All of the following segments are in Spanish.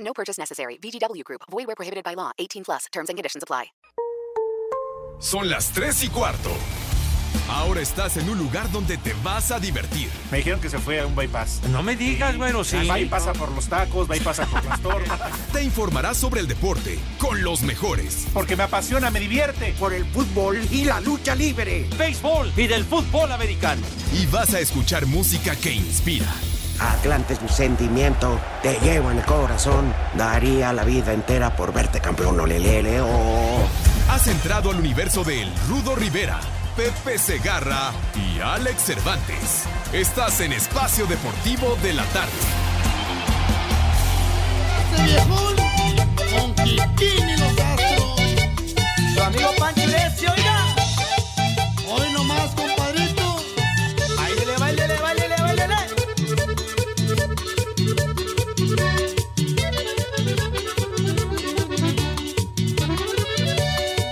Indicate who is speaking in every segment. Speaker 1: No purchase necessary. VGW Group. Void where prohibited by law. 18 plus. Terms and conditions apply.
Speaker 2: Son las 3 y cuarto. Ahora estás en un lugar donde te vas a divertir.
Speaker 3: Me dijeron que se fue a un bypass.
Speaker 4: No me digas, bueno, sí.
Speaker 3: Va y pasa por los tacos, va y pasa por las tortas.
Speaker 2: Te informarás sobre el deporte con los mejores.
Speaker 3: Porque me apasiona, me divierte.
Speaker 5: Por el fútbol y la lucha libre.
Speaker 4: Béisbol y del fútbol americano.
Speaker 2: Y vas a escuchar música que inspira.
Speaker 5: Atlante es mi sentimiento, te llevo en el corazón. Daría la vida entera por verte campeón, olelele, oh.
Speaker 2: Has entrado al universo del Rudo Rivera, Pepe Segarra y Alex Cervantes. Estás en Espacio Deportivo de la Tarde.
Speaker 6: Este viejón, con Kikín y los astros.
Speaker 7: Su amigo Pancho Iglesias, oiga.
Speaker 6: Hoy nomás, compadrito.
Speaker 7: Báilele, báilele, báilele, báilele.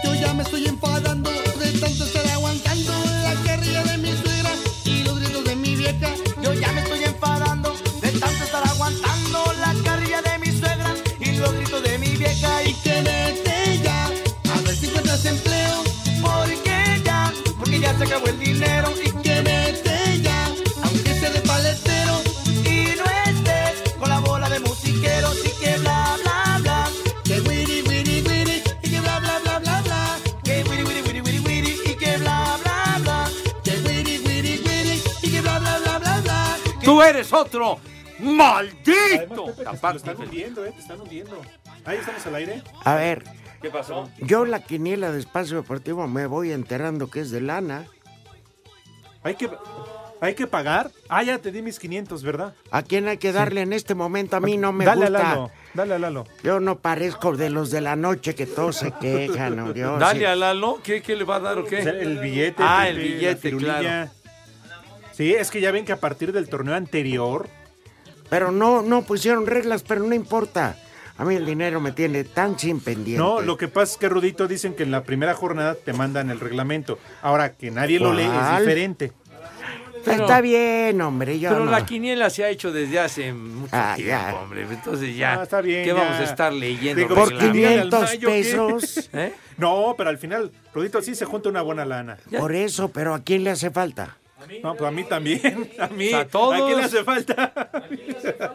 Speaker 6: Yo ya me estoy enfadando de tanto estar aguantando la carrilla de mi suegra y los gritos de mi vieja.
Speaker 7: Yo ya me estoy enfadando de tanto estar aguantando la carrilla de mi suegra y los gritos de mi vieja.
Speaker 6: Y
Speaker 7: Y
Speaker 6: que vete ya, a ver si encuentras empleo.
Speaker 7: porque ya, porque ya se acabó el dinero y,
Speaker 6: Que vete ya, aunque sea de paletero.
Speaker 7: y no estés con la bola de musiqueros y que bla, bla, bla.
Speaker 6: Que wiri, wiri, wiri, y que bla, bla, bla, bla, bla.
Speaker 7: Que wiri, wiri, wiri, wiri, wiri y que bla, bla, bla.
Speaker 6: Que wiri, wiri, wiri, y que bla, bla, bla, bla, bla.
Speaker 4: Tú eres otro maldito.
Speaker 3: Lo están hundiendo, ¿eh? Te están hundiendo. Ahí estamos al aire.
Speaker 5: A ver,
Speaker 3: ¿Qué pasó?
Speaker 5: yo la quiniela de espacio deportivo me voy enterando que es de lana.
Speaker 3: Hay que, hay que pagar. Ah, ya te di mis 500, ¿verdad?
Speaker 5: ¿A quién hay que darle en este momento? A mí no me
Speaker 3: Dale a
Speaker 5: gusta.
Speaker 3: Lalo. Dale a Lalo.
Speaker 5: Yo no parezco de los de la noche que todos se quejan, ¿no? Yo
Speaker 4: Dale
Speaker 5: Ah, sí.
Speaker 4: a Lalo, ¿qué, qué le va a dar o
Speaker 3: O sea,
Speaker 4: qué?
Speaker 3: El billete.
Speaker 4: Ah, el
Speaker 3: Pepe, la
Speaker 4: billete,
Speaker 3: firulilla.
Speaker 4: claro.
Speaker 3: Sí, es que ya ven que a partir del torneo anterior.
Speaker 5: Pero no, no pusieron reglas, pero no importa. A mí el dinero me tiene tan sin pendiente.
Speaker 3: No, lo que pasa es que Rudito dicen que en la primera jornada te mandan el reglamento. Ahora que nadie lo lee es
Speaker 5: ¿Cuál?
Speaker 3: diferente.
Speaker 4: pero-
Speaker 5: Está bien, hombre, yo
Speaker 4: Pero
Speaker 5: no.
Speaker 4: la quiniela se ha hecho desde hace mucho
Speaker 5: Ah,
Speaker 4: tiempo,
Speaker 5: ya.
Speaker 4: hombre. Entonces ya,
Speaker 3: Ah, está bien,
Speaker 4: ¿qué
Speaker 3: ya.
Speaker 4: vamos a estar leyendo?
Speaker 3: Digo,
Speaker 5: Por
Speaker 3: Reglamento.
Speaker 5: 500
Speaker 3: Mayo, ¿qué?
Speaker 5: pesos.
Speaker 4: ¿Eh?
Speaker 3: No, pero al final, Rudito sí se junta una buena lana.
Speaker 5: Por eso, pero ¿a quién le hace falta?
Speaker 3: No, pues a mí también. A mí.
Speaker 4: A todos.
Speaker 3: ¿A quién le hace falta?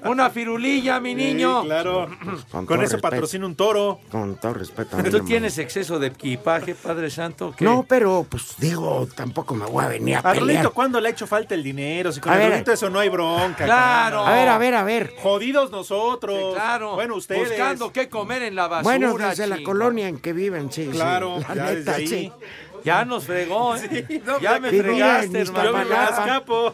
Speaker 4: Una firulilla, mi niño.
Speaker 3: Sí, claro.
Speaker 5: Con
Speaker 3: Con,
Speaker 5: todo
Speaker 3: eso
Speaker 5: respeto.
Speaker 3: patrocina un toro.
Speaker 5: Con todo respeto. a mí
Speaker 4: ¿Tú
Speaker 5: no me-
Speaker 4: tienes exceso de equipaje, Padre Santo? ¿Qué?
Speaker 5: No, pero pues digo, tampoco me voy a venir a
Speaker 3: A
Speaker 5: pelear.
Speaker 3: Rudito, ¿cuándo le ha hecho falta el dinero? Si con
Speaker 5: A
Speaker 3: el
Speaker 5: ver.
Speaker 3: Rudito eso no hay bronca.
Speaker 4: Claro.
Speaker 3: carnal.
Speaker 5: A ver, a ver, a ver.
Speaker 3: Jodidos nosotros.
Speaker 4: Sí, claro.
Speaker 3: Bueno, ustedes.
Speaker 4: Buscando qué comer en la basura.
Speaker 5: Bueno, desde la
Speaker 4: chinga.
Speaker 5: colonia en que viven, sí. sí.
Speaker 3: Claro,
Speaker 5: La
Speaker 3: ya desde
Speaker 5: neta,
Speaker 3: ahí.
Speaker 5: sí.
Speaker 4: Ya nos fregó, ¿eh?
Speaker 3: no,
Speaker 4: ya
Speaker 3: ya
Speaker 4: me
Speaker 5: que-
Speaker 4: fregaste,
Speaker 5: Mira, en
Speaker 4: hermano.
Speaker 3: Yo me las
Speaker 5: Iztapalapa.
Speaker 3: capo.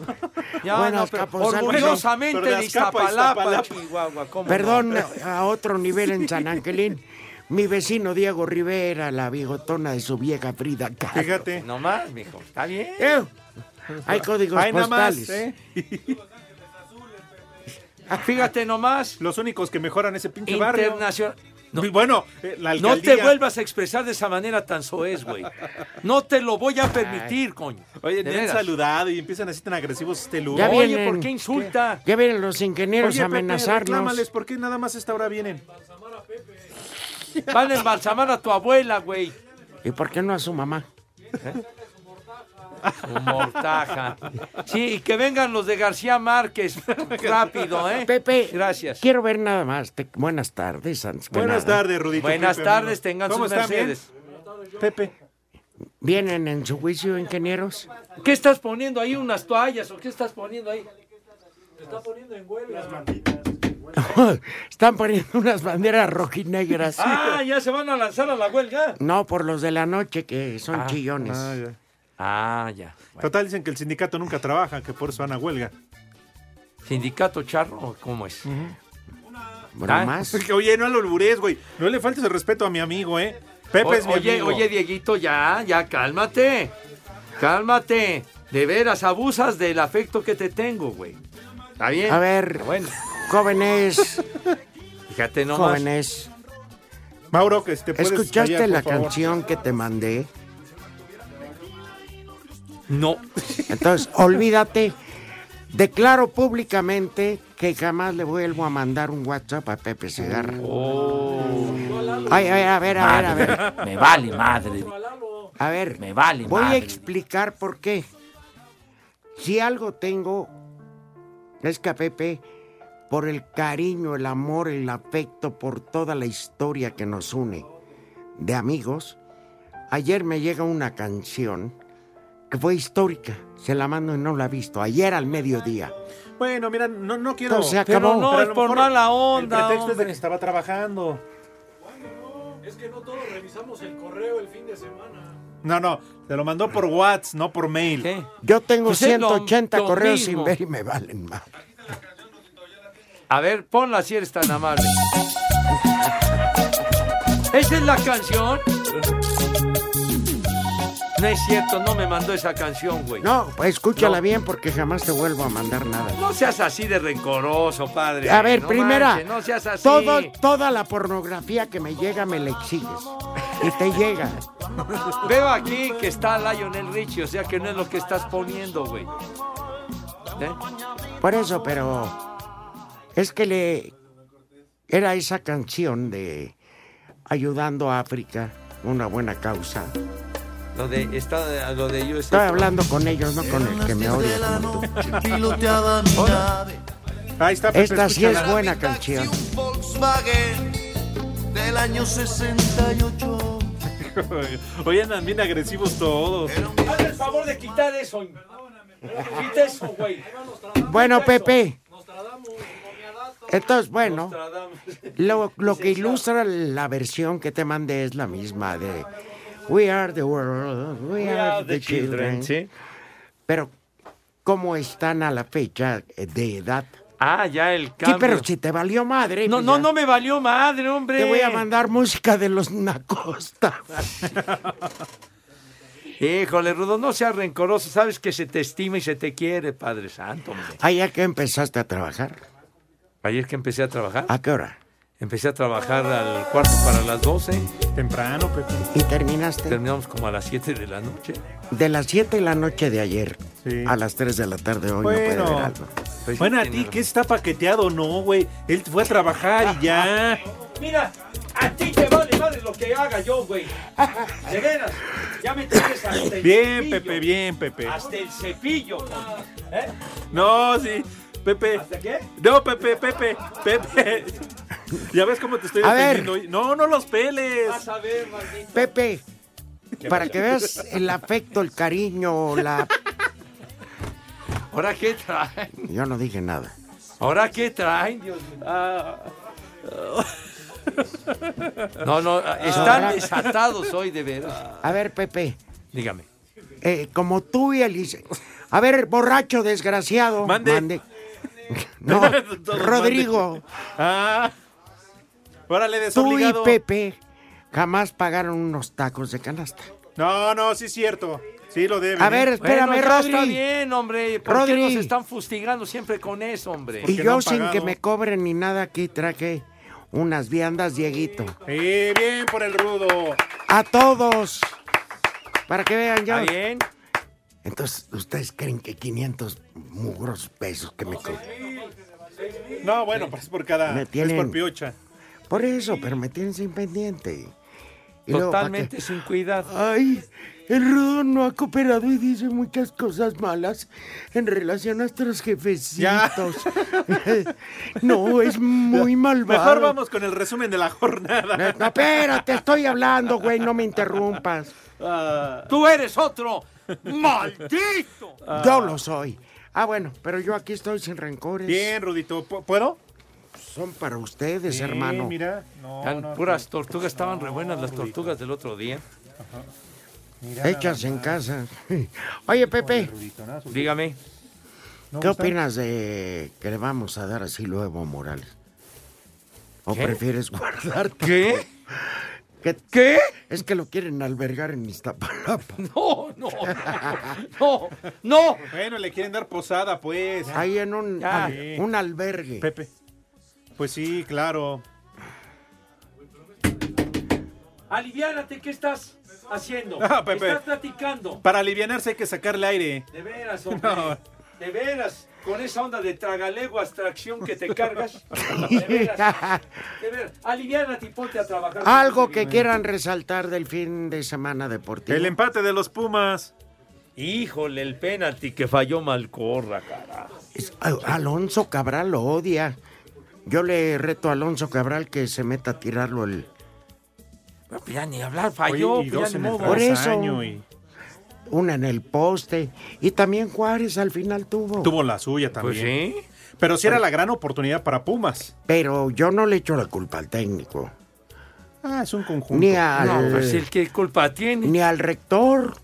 Speaker 4: Ya,
Speaker 5: Bueno,
Speaker 4: no, pero
Speaker 5: Azcapotzalco.
Speaker 4: orgullosamente
Speaker 3: Pero de
Speaker 4: de
Speaker 3: Azcapa,
Speaker 4: Iztapalapa,
Speaker 3: Iztapalapa.
Speaker 4: Chihuahua. ¿cómo no?
Speaker 5: Perdón, a otro nivel en San Angelín. Mi vecino Diego Rivera, la bigotona de su vieja Frida Kahlo.
Speaker 3: Fíjate.
Speaker 4: No más, mijo. Está bien.
Speaker 5: ¡Eh! Hay códigos
Speaker 3: Ay, nada más.
Speaker 5: postales.
Speaker 3: ¿eh?
Speaker 4: Ah, Fíjate nomás.
Speaker 3: Los únicos que mejoran ese pinche barrio.
Speaker 4: Internacional. No,
Speaker 3: Bueno, eh, la
Speaker 4: no
Speaker 3: alcaldía.
Speaker 4: te vuelvas a expresar de esa manera tan soez, güey. No te lo voy a permitir, coño.
Speaker 3: Oye,
Speaker 4: De
Speaker 3: te han
Speaker 4: veras.
Speaker 3: saludado y empiezan así tan agresivos este lugar.
Speaker 5: Ya
Speaker 4: Oye,
Speaker 5: vienen.
Speaker 4: ¿por qué insulta?
Speaker 5: Ya vienen los ingenieros
Speaker 3: Oye,
Speaker 5: a
Speaker 3: Pepe,
Speaker 5: amenazarnos.
Speaker 3: reclámales, ¿por qué nada más a esta hora vienen?
Speaker 4: Van a embalsamar a tu abuela, güey.
Speaker 5: ¿Y por qué no a su mamá?
Speaker 4: Mortaja. Sí, y que vengan los de García Márquez rápido, ¿eh?
Speaker 5: Pepe,
Speaker 4: Gracias.
Speaker 5: Quiero ver nada más. Te- Buenas tardes, antes que
Speaker 3: Buenas
Speaker 5: nada.
Speaker 3: tardes, Rudito.
Speaker 4: Buenas
Speaker 3: Pepe,
Speaker 4: tardes,
Speaker 3: amigo.
Speaker 4: tengan
Speaker 3: ¿Cómo
Speaker 4: sus
Speaker 3: están, bien?
Speaker 4: mercedes.
Speaker 3: Pepe.
Speaker 5: ¿Vienen en su juicio, ingenieros?
Speaker 4: ¿Qué estás poniendo ahí? ¿Unas toallas o qué estás poniendo ahí?
Speaker 5: Están poniendo unas banderas rojinegras.
Speaker 4: Ah, ya se van a lanzar a la huelga.
Speaker 5: No, por los de la noche que son chillones.
Speaker 3: Ah, ya.
Speaker 4: Ah, ya.
Speaker 3: Total, dicen que el sindicato nunca trabaja, que por eso van a huelga.
Speaker 4: ¿Sindicato charro o cómo es?
Speaker 5: Bromas.
Speaker 3: Oye, no albures, güey. No le faltes el respeto a mi amigo, ¿eh? Pepe
Speaker 4: O-
Speaker 3: es mi
Speaker 4: oye,
Speaker 3: amigo.
Speaker 4: oye, Dieguito, ya, ya, cálmate. Cálmate. De veras, abusas del afecto que te tengo, güey. ¿Está bien?
Speaker 5: A ver.
Speaker 4: Ah, Bueno,
Speaker 5: Jóvenes,
Speaker 4: fíjate nomás.
Speaker 5: jóvenes,
Speaker 3: Mauro, que te Este, puedes
Speaker 5: ¿escuchaste
Speaker 3: callar, por
Speaker 5: la
Speaker 3: favor?
Speaker 5: canción que te mandé?
Speaker 4: No.
Speaker 5: Entonces, olvídate. Declaro públicamente que jamás le vuelvo a mandar un WhatsApp a Pepe Segarra.
Speaker 3: Oh.
Speaker 5: Ay, a ver, a ver, a ver, a ver.
Speaker 8: Madre, me vale madre.
Speaker 5: A ver,
Speaker 8: Me vale
Speaker 5: voy a
Speaker 8: madre.
Speaker 5: explicar por qué. Si algo tengo, es que a Pepe, por el cariño, el amor, el afecto, por toda la historia que nos une de amigos, ayer me llega una canción que fue histórica. Se la mando y no la ha visto. Ayer al mediodía.
Speaker 3: Bueno, mira, no, no quiero.
Speaker 5: No, se
Speaker 3: Pero
Speaker 5: acabó.
Speaker 4: no,
Speaker 3: a
Speaker 4: es
Speaker 3: lo
Speaker 4: por
Speaker 3: mejor
Speaker 4: mala onda,
Speaker 3: El pretexto es de
Speaker 4: hombre.
Speaker 3: que estaba trabajando. No, no, te lo mandó por WhatsApp, no por mail.
Speaker 4: ¿Qué?
Speaker 5: Yo tengo
Speaker 4: Pues es lo-
Speaker 5: 180
Speaker 4: lo
Speaker 5: correos
Speaker 4: mismo.
Speaker 5: sin ver y me valen más.
Speaker 4: A ver, ponla si eres tan amable. ¿Esa es la canción? No es cierto, no me mandó esa canción, güey.
Speaker 5: No, pues, escúchala
Speaker 4: No.
Speaker 5: bien porque jamás te vuelvo a mandar nada.
Speaker 4: No seas así de rencoroso, padre.
Speaker 5: A ver,
Speaker 4: No
Speaker 5: primera,
Speaker 4: manches, no seas así.
Speaker 5: todo- toda la pornografía que me llega me la exiges. Y te llega.
Speaker 4: Veo aquí que está Lionel Richie, o sea que no es lo que estás poniendo, güey. ¿Eh?
Speaker 5: Por eso, pero es que le era esa canción de ayudando a África, una buena causa.
Speaker 4: Lo de, está, lo de USA.
Speaker 5: Estoy hablando con ellos, no con el que me odia como tú.
Speaker 7: Piloteaba mi nave.
Speaker 3: Ahí está Pepe.
Speaker 5: Esta sí
Speaker 3: escúchala.
Speaker 5: es buena canción.
Speaker 7: Un Volkswagen del año 68.
Speaker 3: Oye, andan bien agresivos todos.
Speaker 4: Haz el favor de quitar eso. Quita eso, güey.
Speaker 5: Bueno, Pepe. Entonces, bueno, lo, lo que ilustra la versión que te mandé es la misma de We are the world, we, are the children. Pero, ¿cómo están a la fecha eh, de edad?
Speaker 4: Ah, ya el
Speaker 5: Sí,
Speaker 4: cambio.
Speaker 5: pero si te valió madre.
Speaker 4: No,
Speaker 5: pues
Speaker 4: no,
Speaker 5: ya.
Speaker 4: no me valió madre, hombre.
Speaker 5: Te voy a mandar música de los Nacosta.
Speaker 4: Híjole, Rudo, no seas rencoroso. Sabes que se te estima y se te quiere, Padre Santo, hombre.
Speaker 5: Ah, ya que empezaste a trabajar.
Speaker 4: Ayer que empecé a trabajar,
Speaker 5: ¿A qué hora?
Speaker 4: empecé a trabajar al cuarto para las 12.
Speaker 3: Temprano, Pepe.
Speaker 5: ¿Y terminaste?
Speaker 4: Terminamos como a las 7 de la noche.
Speaker 5: De las 7 de la noche de ayer
Speaker 3: Sí.
Speaker 5: a las 3 de la tarde hoy no puede
Speaker 3: Bueno.
Speaker 5: haber algo.
Speaker 4: Pues,
Speaker 3: bueno, a
Speaker 4: tiene
Speaker 3: ti,
Speaker 4: razón.
Speaker 3: ¿qué está paqueteado? No, güey. Él fue a trabajar y ya.
Speaker 4: Mira, a ti te vale madre lo que haga yo, güey. De veras, ya me tienes hasta el
Speaker 3: Bien,
Speaker 4: cepillo.
Speaker 3: Pepe, bien, Pepe.
Speaker 4: Hasta el cepillo. ¿Eh?
Speaker 3: No, sí. Pepe.
Speaker 4: ¿Hasta qué?
Speaker 3: No, Pepe, Pepe, Pepe. Ya ves cómo te estoy
Speaker 5: A ver.
Speaker 3: defendiendo. hoy. No, no los
Speaker 4: Vas
Speaker 3: peles.
Speaker 4: a ver, maldito.
Speaker 5: Pepe, para que veas el afecto, el cariño, la...
Speaker 4: ¿Ahora qué traen?
Speaker 5: Yo no dije nada.
Speaker 4: ¿Ahora qué traen? Dios mío.
Speaker 5: Ah.
Speaker 4: No, no,
Speaker 5: Ah.
Speaker 4: están
Speaker 5: Ahora-
Speaker 4: desatados hoy, de veras.
Speaker 5: A ver, Pepe,
Speaker 4: Dígame.
Speaker 5: eh, como tú y Elisa... A ver, borracho desgraciado.
Speaker 3: Mande.
Speaker 5: No,
Speaker 3: Todos
Speaker 5: Rodrigo,
Speaker 3: Ah. Órale,
Speaker 5: tú y
Speaker 3: desobligado.
Speaker 5: Pepe jamás pagaron unos tacos de canasta.
Speaker 3: No, no, sí es cierto. Sí lo deben.
Speaker 5: A
Speaker 3: ¿eh?
Speaker 5: ver, espérame,
Speaker 4: Bueno, ya está
Speaker 5: Rodri.
Speaker 4: bien, hombre. ¿Por qué
Speaker 5: Rodri.
Speaker 4: nos están fustigando siempre con eso, hombre?
Speaker 5: Y
Speaker 3: Porque
Speaker 5: yo
Speaker 3: no han
Speaker 5: sin que
Speaker 3: pagado.
Speaker 5: me cobren ni nada aquí traje unas viandas, Dieguito.
Speaker 3: Sí, bien por el rudo.
Speaker 5: A todos. Para que vean yo.
Speaker 4: ¿Está bien?
Speaker 5: Entonces, ¿ustedes creen que 500 mugros pesos que me cobran?
Speaker 3: No, bueno, pues por cada.
Speaker 5: Me
Speaker 3: Es
Speaker 5: tienen.
Speaker 3: por piocha.
Speaker 5: Por eso, pero me tienen sin pendiente. Y luego, ¿para qué?
Speaker 4: Totalmente sin cuidado.
Speaker 5: Ay, el Rudo no ha cooperado y dice muchas cosas malas en relación a nuestros jefecitos. no, es muy malvado.
Speaker 3: Mejor vamos con el resumen de la jornada.
Speaker 5: No, espérate, estoy hablando, güey, no me interrumpas.
Speaker 4: Ah. Tú eres otro. ¡Maldito!
Speaker 3: Ah.
Speaker 5: Yo lo soy. Ah, bueno, pero yo aquí estoy sin rencores.
Speaker 3: Bien, Rudito. ¿Pu- ¿Puedo?
Speaker 5: Son para ustedes,
Speaker 3: Sí,
Speaker 5: hermano.
Speaker 3: mira. No,
Speaker 4: Tan
Speaker 3: no,
Speaker 4: puras tortugas, estaban re buenas las tortugas del otro día.
Speaker 5: Hechas en casa. Oye, Pepe,
Speaker 4: Dígame.
Speaker 3: no
Speaker 5: ¿qué
Speaker 3: gusta.
Speaker 5: opinas de que le vamos a dar así luego Morales? ¿O prefieres guardarte?
Speaker 4: ¿Qué?
Speaker 5: ¿Qué?
Speaker 4: ¿Qué?
Speaker 5: Es que lo quieren albergar en Iztapalapa.
Speaker 4: No, no, no, no.
Speaker 3: Bueno, le quieren dar posada, pues.
Speaker 5: Ahí en un,
Speaker 4: Ya.
Speaker 5: al- un albergue.
Speaker 3: Pepe. Pues sí, claro.
Speaker 4: Aliviánate, ¿qué estás haciendo?
Speaker 3: Ah, Pepe.
Speaker 4: Estás platicando.
Speaker 3: Para alivianarse hay que sacarle aire.
Speaker 4: De veras, hombre. De veras, con esa onda de tragaleguas, tracción que te cargas. De veras, de veras. Aliviánate y ponte a trabajar.
Speaker 5: Algo que quieran resaltar del fin de semana deportivo.
Speaker 3: El empate de los Pumas.
Speaker 4: Híjole, el penalti que falló Malcorra, carajo.
Speaker 5: Es- Al- Alonso Cabral lo odia. Yo le reto a Alonso Cabral que se meta a tirarlo el...
Speaker 4: pues Ya ni hablar, falló.
Speaker 3: Oye, y
Speaker 4: pues
Speaker 3: dos
Speaker 4: ya
Speaker 3: en
Speaker 4: ni
Speaker 3: el
Speaker 4: modo.
Speaker 5: Por eso.
Speaker 3: travesaño y-
Speaker 5: una en el poste. Y también Juárez al final tuvo.
Speaker 3: Tuvo la suya
Speaker 4: Pues
Speaker 3: también.
Speaker 4: sí.
Speaker 3: Pero sí era la gran oportunidad para Pumas.
Speaker 5: Pero yo no le echo la culpa al técnico.
Speaker 3: Ah, es un conjunto.
Speaker 5: Ni al,
Speaker 4: No, pues el que culpa tiene.
Speaker 5: ni al rector.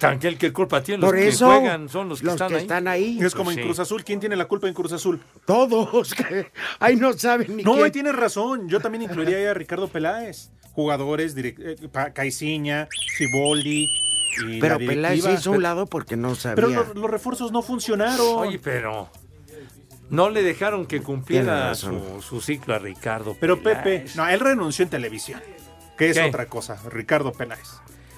Speaker 4: Tan- El que culpa tiene. Los
Speaker 5: Por
Speaker 4: que
Speaker 5: eso
Speaker 4: juegan son los que están ahí.
Speaker 5: ahí.
Speaker 3: Es como
Speaker 4: Pues
Speaker 3: en
Speaker 4: sí.
Speaker 3: Cruz Azul. ¿Quién tiene la culpa en Cruz Azul?
Speaker 5: Todos. que- Ay, no saben ni
Speaker 3: No,
Speaker 5: quién.
Speaker 3: ahí tienes razón. Yo también incluiría ahí a Ricardo Peláez. Jugadores, direc- eh, Pa- Caiciña, Ciboldi. y la
Speaker 5: Pero
Speaker 3: directiva.
Speaker 5: Peláez hizo
Speaker 3: Pero-
Speaker 5: un lado porque no sabía.
Speaker 3: Pero los, los refuerzos no funcionaron.
Speaker 4: Oye, pero no le dejaron que
Speaker 5: Tiene
Speaker 4: cumpliera
Speaker 5: razón.
Speaker 4: su, su ciclo a Ricardo.
Speaker 3: pero Pepe,
Speaker 4: Peláez.
Speaker 3: no, él renunció en televisión. Que es
Speaker 4: ¿Qué?
Speaker 3: otra cosa, Ricardo Peláez.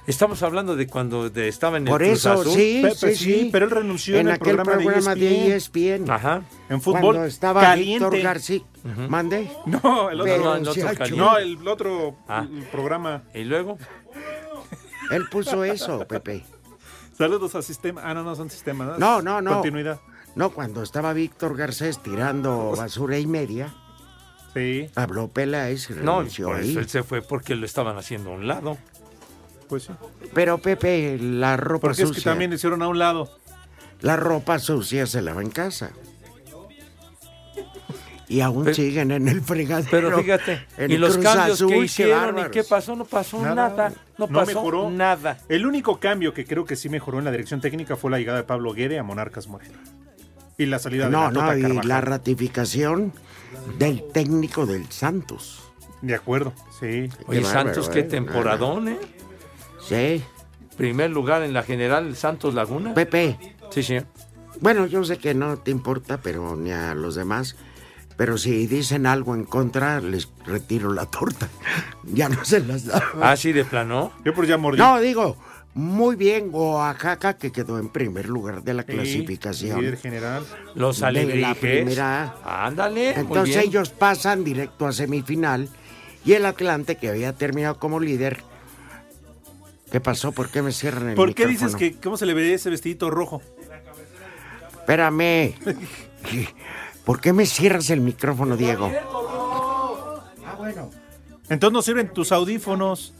Speaker 4: Estamos hablando de cuando de- estaba en el
Speaker 5: Por
Speaker 4: Cruz
Speaker 5: eso,
Speaker 4: Azul.
Speaker 5: sí,
Speaker 3: Pepe,
Speaker 5: sí,
Speaker 3: sí,
Speaker 5: sí.
Speaker 3: pero él renunció en el
Speaker 5: aquel
Speaker 3: programa de E ESPN.
Speaker 5: de ESPN.
Speaker 4: Ajá.
Speaker 3: En fútbol
Speaker 5: Cuando estaba
Speaker 3: caliente.
Speaker 5: Víctor García. ¿Mande?
Speaker 3: No, el otro.
Speaker 5: Pero
Speaker 4: No, el otro
Speaker 5: si hay-
Speaker 4: caliente.
Speaker 3: No, el otro
Speaker 4: Ah.
Speaker 3: el programa.
Speaker 4: Y luego,
Speaker 5: Él puso eso, Pepe.
Speaker 3: Saludos a sistema. Ah, no, no son sistemas.
Speaker 5: No, no, no.
Speaker 3: Continuidad.
Speaker 5: No, cuando estaba Víctor Garcés tirando basura y media,
Speaker 3: Sí,
Speaker 5: habló Peláez y
Speaker 4: no,
Speaker 5: renunció
Speaker 4: por
Speaker 5: ahí.
Speaker 4: eso él se fue porque lo estaban haciendo a un lado.
Speaker 3: pues sí.
Speaker 5: Pero Pepe, la ropa
Speaker 3: Porque es que
Speaker 5: sucia.
Speaker 3: también le hicieron a un lado.
Speaker 5: La ropa sucia se lava en casa. Y aún
Speaker 4: Pero-
Speaker 5: siguen en el fregadero.
Speaker 4: Pero fíjate,
Speaker 5: en
Speaker 4: y los
Speaker 5: Cruz
Speaker 4: cambios
Speaker 5: Azul,
Speaker 4: que
Speaker 5: qué
Speaker 4: hicieron y
Speaker 5: bárbaros.
Speaker 4: qué pasó, no pasó nada. No, pasó
Speaker 3: mejoró.
Speaker 4: nada.
Speaker 3: El único cambio que creo que sí mejoró en la dirección técnica fue la llegada de Pablo Guede a Monarcas Morelia. Y la salida de
Speaker 5: No,
Speaker 3: la
Speaker 5: no,
Speaker 3: Tota
Speaker 5: y
Speaker 3: Carvajal.
Speaker 5: la ratificación del técnico del Santos.
Speaker 3: De acuerdo, sí.
Speaker 4: Oye,
Speaker 5: bárbaro,
Speaker 4: Santos, qué
Speaker 5: ¿eh?
Speaker 4: temporadón, ¿eh?
Speaker 5: Sí,
Speaker 4: Primer lugar en la general, el Santos Laguna.
Speaker 5: Pepe.
Speaker 4: Sí, sí.
Speaker 5: Bueno, yo sé que no te importa, pero ni a los demás. Pero si dicen algo en contra, les retiro la torta. Ya no se las da.
Speaker 4: Ah, sí, de plano.
Speaker 3: Yo por ya mordí.
Speaker 5: No, digo, muy bien Oaxaca que quedó en primer lugar de la
Speaker 3: Sí,
Speaker 5: clasificación.
Speaker 3: Líder general.
Speaker 4: Los
Speaker 5: De la
Speaker 4: alebrijes.
Speaker 5: primera.
Speaker 4: Ándale, muy
Speaker 5: Entonces
Speaker 4: bien.
Speaker 5: ellos pasan directo a semifinal y el Atlante que había terminado como líder. ¿Qué pasó? ¿Por qué me cierran el
Speaker 3: ¿Por qué
Speaker 5: micrófono?
Speaker 3: dices que cómo se le vería ese vestidito rojo?
Speaker 5: Espérame. ¿Por qué me cierras el micrófono, Diego? Ah, bueno.
Speaker 3: Entonces no sirven tus audífonos.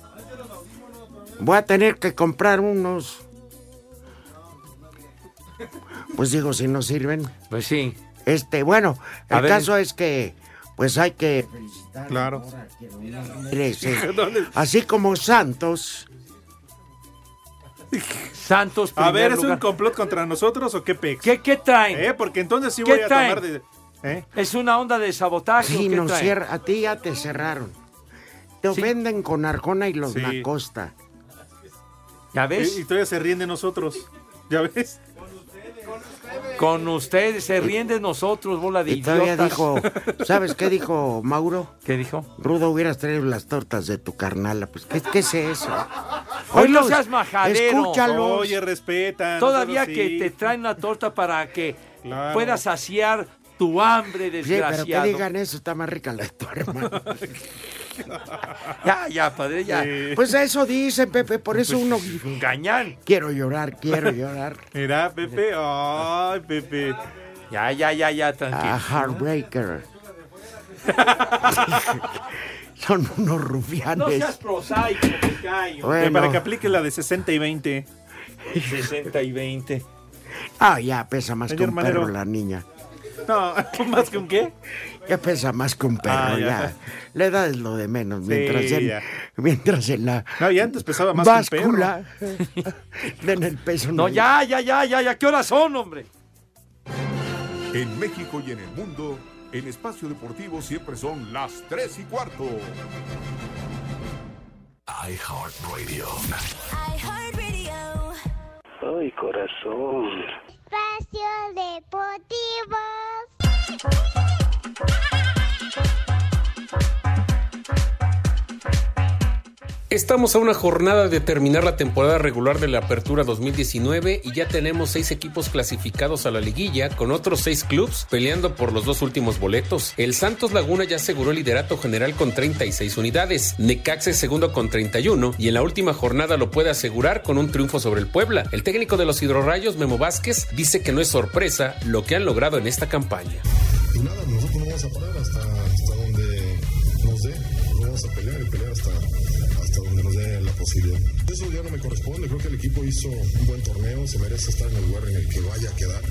Speaker 5: Voy a tener que comprar unos. Pues digo, si no sirven.
Speaker 4: Pues sí.
Speaker 5: Este, bueno, el
Speaker 4: A ver.
Speaker 5: caso es que, pues hay que.
Speaker 3: Claro.
Speaker 5: Así como Santos,
Speaker 4: Santos, primer
Speaker 3: A ver, ¿es un
Speaker 4: lugar.
Speaker 3: complot contra nosotros o qué pex?
Speaker 4: ¿Qué, qué traen?
Speaker 3: ¿Eh? Porque entonces sí
Speaker 4: ¿Qué
Speaker 3: voy a
Speaker 4: traen?
Speaker 3: tomar de. ¿Eh?
Speaker 4: ¿Es una onda de sabotaje? o
Speaker 5: si
Speaker 4: qué
Speaker 5: nos
Speaker 4: traen?
Speaker 5: cierra, a ti ya te cerraron. Te
Speaker 4: Sí.
Speaker 5: ofenden con Arjona y los
Speaker 3: Sí.
Speaker 5: Nacosta.
Speaker 4: ¿Ya
Speaker 3: Y, y
Speaker 4: ves?
Speaker 3: todavía se ríen de nosotros. ¿Ya ves?
Speaker 4: Con ustedes se ríen de nosotros, bola de
Speaker 5: Y todavía
Speaker 4: idiotas.
Speaker 5: dijo, ¿sabes qué dijo Mauro?
Speaker 4: ¿Qué dijo?
Speaker 5: Rudo, hubieras traído las tortas de tu carnala. Pues, ¿qué, qué es eso?
Speaker 4: Hoy no
Speaker 5: Oilos,
Speaker 4: seas majadero.
Speaker 5: Escúchalos.
Speaker 3: Oye, respetan.
Speaker 4: Todavía
Speaker 3: nosotros
Speaker 4: que
Speaker 3: sí.
Speaker 4: te traen la torta para que
Speaker 3: Claro.
Speaker 4: puedas saciar tu
Speaker 5: Sí, Pues,
Speaker 4: hambre,
Speaker 5: pero que
Speaker 4: desgraciado.
Speaker 5: digan eso, está más rica la de tu hermano.
Speaker 4: Ya, ya, padre, ya.
Speaker 5: Pues eso dicen, Pepe, por eso
Speaker 4: Pues,
Speaker 5: uno...
Speaker 4: Engañan.
Speaker 5: Quiero llorar, quiero llorar.
Speaker 3: Mira, Pepe. Ay, Pepe.
Speaker 4: Ya, ya, ya, ya, tranquilo.
Speaker 5: A Heartbreaker. Son unos
Speaker 4: No seas
Speaker 5: rufianes.
Speaker 4: prosaico, Cayo.
Speaker 3: Eh, Para que
Speaker 5: Bueno,
Speaker 3: aplique la de 60 y 20.
Speaker 4: 60 y 20.
Speaker 5: ah, ya pesa más que
Speaker 3: Señor
Speaker 5: un perro
Speaker 3: Madero.
Speaker 5: la niña.
Speaker 3: No, más que un qué.
Speaker 5: Ya pesa más que un perro,
Speaker 3: Ah,
Speaker 5: ya.
Speaker 3: ya.
Speaker 5: La edad es lo de menos. Mientras,
Speaker 3: Sí,
Speaker 5: en,
Speaker 3: ya.
Speaker 5: mientras en la
Speaker 3: No, y antes pesaba más que un perro.
Speaker 5: báscula den el peso.
Speaker 4: No, ya, ya, ya, ya, ya. ¿Qué horas son, hombre?
Speaker 9: En México y en el mundo,
Speaker 8: En Espacio Deportivo siempre son las 3 y cuarto.
Speaker 9: iHeartRadio.
Speaker 10: Ay, corazón.
Speaker 11: Espacio Deportivo.
Speaker 12: Estamos a una jornada de terminar la temporada regular de la Apertura 2019 y ya tenemos seis equipos clasificados a la liguilla, con otros seis clubes peleando por los dos últimos boletos. El Santos Laguna ya aseguró el liderato general con 36 unidades, Necaxa es segundo con 31 y en la última jornada lo puede asegurar con un triunfo sobre el Puebla. El técnico de los Hidrorrayos, Memo Vázquez, dice que no es sorpresa lo que han logrado en esta campaña.
Speaker 13: Y nada, nosotros no vamos a parar hasta, hasta donde nos dé. Vamos a pelear y pelear hasta, hasta donde nos dé la posibilidad. Eso ya no me corresponde. Creo que el equipo hizo un buen torneo. Se merece estar en el lugar en el que vaya a quedar.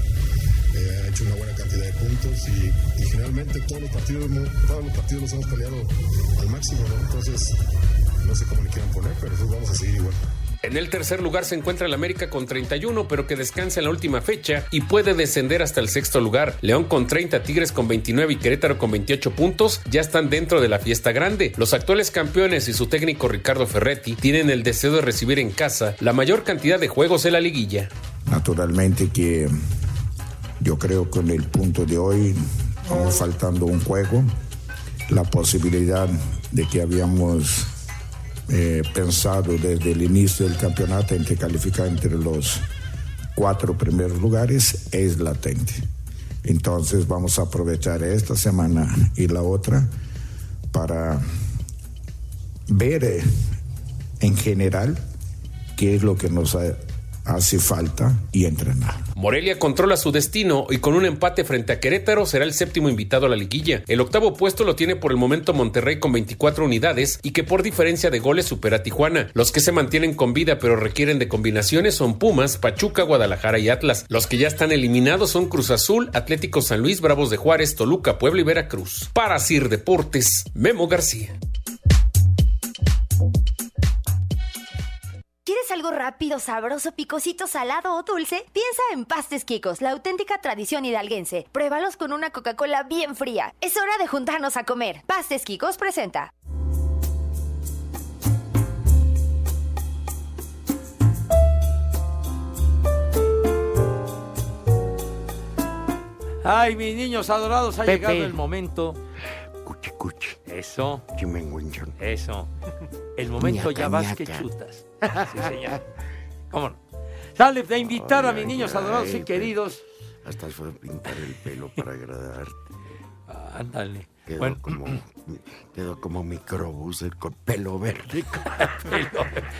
Speaker 13: Eh, ha hecho una buena cantidad de puntos y, y generalmente todos los partidos no- todos los partidos los hemos peleado al máximo, ¿no? Entonces, no sé cómo le quieran poner, pero nosotros vamos a seguir igual.
Speaker 12: En el tercer lugar se encuentra el América con 31, pero que descansa en la última fecha y puede descender hasta el sexto lugar. León con 30, Tigres con 29 y Querétaro con 28 puntos ya están dentro de la fiesta grande. Los actuales campeones y su técnico Ricardo Ferretti tienen el deseo de recibir en casa la mayor cantidad de juegos en la liguilla.
Speaker 14: Naturalmente que yo creo que en el punto de hoy vamos faltando un juego. La posibilidad de que habíamos eh, pensado desde el inicio del campeonato en que calificar entre los cuatro primeros lugares es latente. Entonces vamos a aprovechar esta semana y la otra para ver eh, en general qué es lo que nos ha- hace falta y entrenar.
Speaker 12: Morelia controla su destino y con un empate frente a Querétaro será el séptimo invitado a la liguilla. El octavo puesto lo tiene por el momento Monterrey con 24 unidades y que por diferencia de goles supera a Tijuana. Los que se mantienen con vida pero requieren de combinaciones son Pumas, Pachuca, Guadalajara y Atlas. Los que ya están eliminados son Cruz Azul, Atlético San Luis, Bravos de Juárez, Toluca, Puebla y Veracruz. Para Sir Deportes, Memo García.
Speaker 15: ¿Quieres algo rápido, sabroso, picosito, salado o dulce? Piensa en Pastes Quicos, la auténtica tradición hidalguense. Pruébalos con una Coca-Cola bien fría. Es hora de juntarnos a comer. Pastes Quicos presenta.
Speaker 4: Ay, mis niños adorados, ha
Speaker 5: Pepe.
Speaker 4: llegado el momento. Cuchi, cuchi. Eso. Eso. El momento
Speaker 5: Ñaca,
Speaker 4: ya vas que
Speaker 5: ñaca.
Speaker 4: chutas. Sí, señor. ¿Cómo no? Sale de invitar a
Speaker 5: Ay,
Speaker 4: mis
Speaker 5: ay,
Speaker 4: niños
Speaker 5: ay,
Speaker 4: adorados y
Speaker 5: Pepe.
Speaker 4: queridos.
Speaker 5: Hasta fue a pintar el pelo para agradarte.
Speaker 4: Ah, Ándale.
Speaker 5: Quedó,
Speaker 4: Bueno.
Speaker 5: como, quedó como microbús con pelo verde.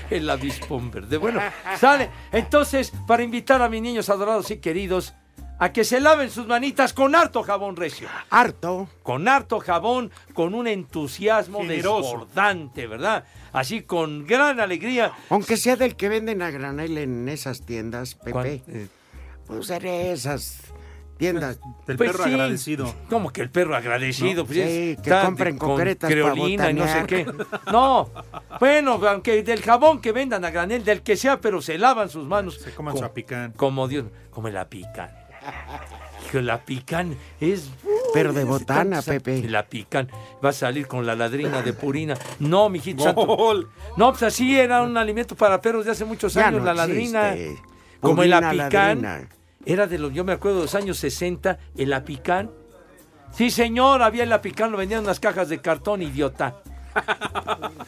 Speaker 4: El avispón verde. Bueno, sale. Entonces, para invitar a mis niños adorados y queridos a que se laven sus manitas con harto jabón recio.
Speaker 5: Harto.
Speaker 4: Con harto jabón, con un entusiasmo
Speaker 5: Generoso.
Speaker 4: desbordante, ¿verdad? Así con gran alegría.
Speaker 5: Aunque sea del que venden a granel en esas tiendas, Pepe.
Speaker 4: ¿Cuál? Eh.
Speaker 5: Pues en esas tiendas.
Speaker 4: Del Pues perro sí. agradecido. ¿Cómo que el perro agradecido?
Speaker 5: No,
Speaker 4: Pues
Speaker 5: sí,
Speaker 4: es
Speaker 5: que
Speaker 4: tan-
Speaker 5: compren
Speaker 4: con
Speaker 5: concretas pa'
Speaker 4: creolina y no sé
Speaker 5: botanear.
Speaker 4: qué. No, bueno, aunque del jabón que vendan a granel, del que sea, pero se lavan sus manos. Se
Speaker 3: coman su apicán.
Speaker 4: Como Dios, como la pican. Hijo, la pican es... uh,
Speaker 5: Pero de botana,
Speaker 4: Santo, santo,
Speaker 5: Pepe.
Speaker 4: La pican. Va a salir con la ladrina de purina. No, mijito santo. No, pues así era un alimento para perros de hace muchos
Speaker 5: Ya
Speaker 4: años,
Speaker 5: no
Speaker 4: la ladrina.
Speaker 5: existe.
Speaker 4: Como el
Speaker 5: Purina,
Speaker 4: apicán.
Speaker 5: ladrina.
Speaker 4: Era de los, yo me acuerdo, de los años 60, el apicán. Sí, señor, había el apicán, lo vendían en unas cajas de cartón, idiota.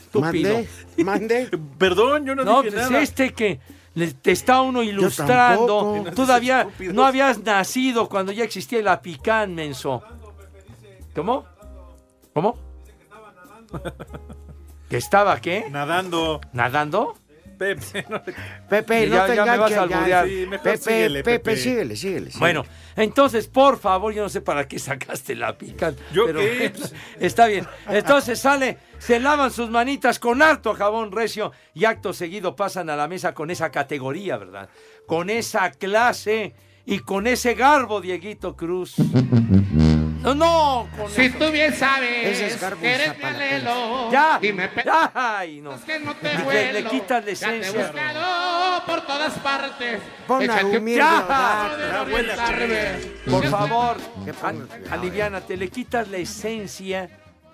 Speaker 4: Estúpido.
Speaker 5: Mandé, mandé.
Speaker 4: Perdón, yo
Speaker 3: no dije
Speaker 4: pues
Speaker 3: nada.
Speaker 4: este que le- te está uno ilustrando.
Speaker 3: tampoco.
Speaker 4: Todavía
Speaker 3: Estúpidos.
Speaker 4: no habías nacido cuando ya existía el apicán, menso. ¿Cómo? ¿Cómo? ¿Que estaba qué?
Speaker 3: Nadando.
Speaker 4: ¿Nadando?
Speaker 3: Pepe, no le-
Speaker 5: Pepe,
Speaker 4: Y
Speaker 5: no
Speaker 4: ya-
Speaker 5: te
Speaker 4: ya me vas a
Speaker 5: enganches ya.
Speaker 4: alburear. Sí, mejor
Speaker 5: Pepe,
Speaker 4: síguele,
Speaker 5: Pepe,
Speaker 4: Pepe.
Speaker 5: síguele, síguele. síguele.
Speaker 4: Bueno, entonces, por favor, yo no sé para qué sacaste la pican.
Speaker 5: ¿Yo
Speaker 4: pero
Speaker 5: qué?
Speaker 4: Está bien. Entonces sale, se lavan sus manitas con harto jabón recio y acto seguido pasan a la mesa con esa categoría, ¿verdad? Con esa clase y con ese garbo, Dieguito Cruz. No, no. si tú bien sabes
Speaker 7: Ese es garbo que eres zapalatense.
Speaker 4: Ya.
Speaker 7: Dime,
Speaker 4: Ay, no.
Speaker 7: que no te
Speaker 4: Le- le,
Speaker 7: vuelo,
Speaker 4: quitas la
Speaker 7: ya te he
Speaker 4: esencia.
Speaker 7: buscado
Speaker 16: por todas partes.
Speaker 5: Pon a
Speaker 16: Échate un
Speaker 5: humilde
Speaker 4: hogar.
Speaker 16: de
Speaker 4: Ya,
Speaker 16: orientarme.
Speaker 4: Por favor, an- aliviánate, le quitas la esencia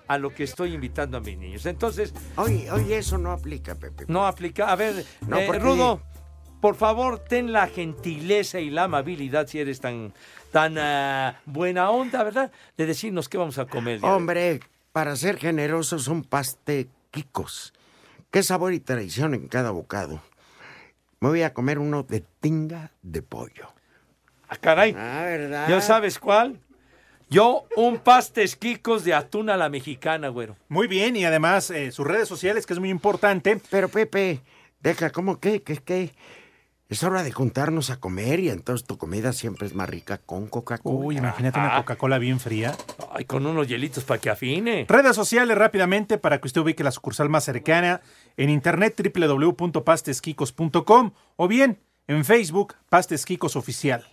Speaker 4: a lo que estoy invitando a mis niños. Entonces,
Speaker 5: Hoy, hoy eso no aplica, Pepe.
Speaker 4: no aplica. A ver,
Speaker 5: No,
Speaker 4: eh,
Speaker 5: porque-
Speaker 4: Rudo, por favor, ten la gentileza y la amabilidad si eres tan, tan ah, buena onda, ¿verdad? De decirnos qué vamos a comer. el día de hoy.
Speaker 5: Hombre, para ser generosos son pastequicos. Qué sabor y tradición en cada bocado. Me voy a comer uno de tinga de pollo.
Speaker 4: Ah, caray. ¿Ya sabes cuál? Yo, un pastes quicos de atún a la mexicana, güero.
Speaker 3: Muy bien, y además eh, sus redes sociales, que es muy importante.
Speaker 5: Pero Pepe, deja, ¿cómo qué? ¿Qué? ¿Qué? Es hora de juntarnos a comer y entonces tu comida siempre es más rica con Coca-Cola.
Speaker 3: Uy, imagínate una Coca-Cola bien fría.
Speaker 4: Ah. Ay, con unos hielitos para que afine.
Speaker 3: Redes sociales rápidamente para que usted ubique la sucursal más cercana en internet www.pastesquicos.com o bien en Facebook Pastes Quicos Oficial.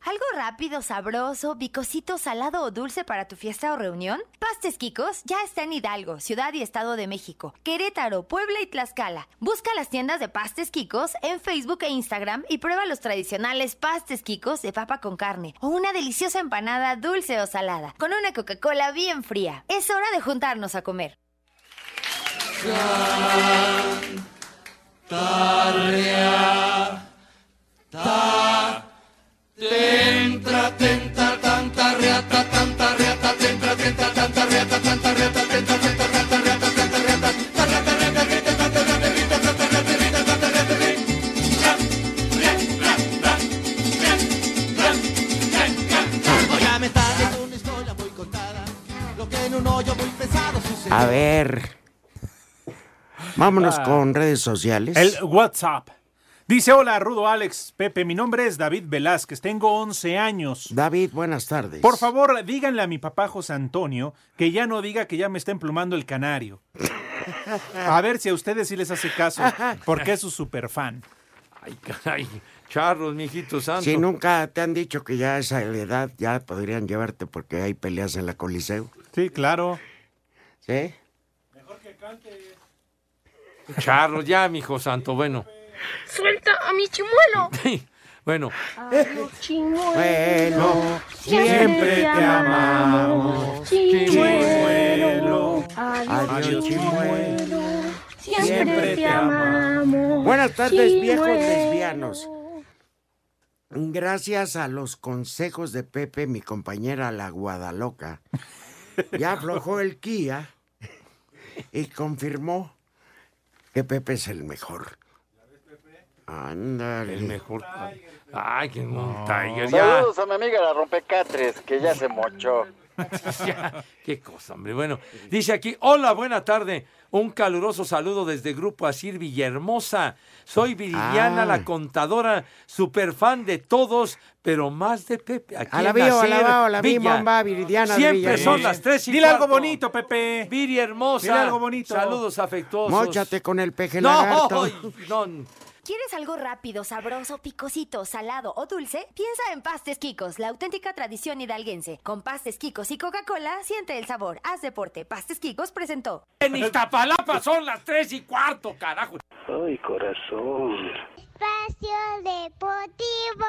Speaker 15: ¿Algo rápido, sabroso, picosito, salado o dulce para tu fiesta o reunión? Pastes Quicos ya está en Hidalgo, Ciudad y Estado de México, Querétaro, Puebla y Tlaxcala. Busca las tiendas de Pastes Quicos en Facebook e Instagram y prueba los tradicionales Pastes Quicos de papa con carne o una deliciosa empanada dulce o salada con una Coca-Cola bien fría. Es hora de juntarnos a comer.
Speaker 16: Tarrea, ta, tentra, tenta, tanta reata, tanta reata, tentra, tenta, tanta reata, tanta reata, tenta, tenta, tanta reata, tanta reata, tanta reata, tenta, tanta reata, tenta, tanta reata, tenta, tanta reata, tenta. Oiga, me está dando una historia muy contada, lo que en un hoyo muy pesado sucedió.
Speaker 5: A ver. Vámonos
Speaker 3: Ah.
Speaker 5: con redes sociales.
Speaker 3: El WhatsApp. Dice, hola, Rudo Alex, Pepe, mi nombre es David Velázquez, tengo 11 años.
Speaker 5: David, buenas tardes.
Speaker 3: Por favor, díganle a mi papá José Antonio que ya no diga que ya me está emplumando el canario. A ver si a ustedes sí les hace caso, porque es su superfan.
Speaker 4: Ay, caray. Charros, mijito santo.
Speaker 5: Si nunca te han dicho que ya a esa edad ya podrían llevarte porque hay peleas en la Coliseo.
Speaker 3: Sí, claro.
Speaker 5: ¿Sí?
Speaker 4: Charros, ya, mijo santo. Bueno,
Speaker 17: Suelta a mi chimuelo.
Speaker 4: bueno. eh.
Speaker 17: Chimuelo,
Speaker 4: siempre te
Speaker 17: amamos. Chimuelo,
Speaker 5: Adiós, chimuelo.
Speaker 17: siempre te amamos.
Speaker 5: Buenas tardes, viejos
Speaker 17: Chimuelo.
Speaker 5: lesbianos. Gracias a los consejos de Pepe, mi compañera la Guadaloca, ya aflojó el Kia y confirmó que Pepe es el mejor. Ándale.
Speaker 4: El mejor. Ay, que no. Tiger, ya.
Speaker 18: Saludos a mi amiga la rompecatres, que ya se mochó.
Speaker 4: Ya, Qué cosa, hombre. Bueno, dice aquí, hola, buena tarde. Un caluroso saludo desde Grupo Asir Villahermosa. Soy Viridiana,
Speaker 5: Ah.
Speaker 4: la contadora, super fan de todos, pero más de Pepe. Aquí
Speaker 5: A la
Speaker 4: en
Speaker 5: vio, a
Speaker 4: Asir
Speaker 5: la vao, la vi,
Speaker 4: Villa.
Speaker 5: bomba, Viridiana. de
Speaker 4: Siempre
Speaker 5: Villahermosa.
Speaker 4: son las tres y
Speaker 3: Dile algo
Speaker 4: cuarto.
Speaker 3: bonito, Pepe.
Speaker 4: Viri hermosa.
Speaker 3: Dile algo bonito.
Speaker 4: Saludos afectuosos.
Speaker 5: Móchate con el peje
Speaker 4: No,
Speaker 5: lagarto.
Speaker 4: ay, no.
Speaker 15: ¿Quieres algo rápido, sabroso, picosito, salado o dulce? Piensa en Pastes Quicos, la auténtica tradición hidalguense. Con Pastes Quicos y Coca-Cola, siente el sabor. Haz deporte. Pastes Quicos presentó.
Speaker 4: En Iztapalapa son las tres y cuarto, carajo.
Speaker 10: Ay, corazón.
Speaker 11: Espacio Deportivo.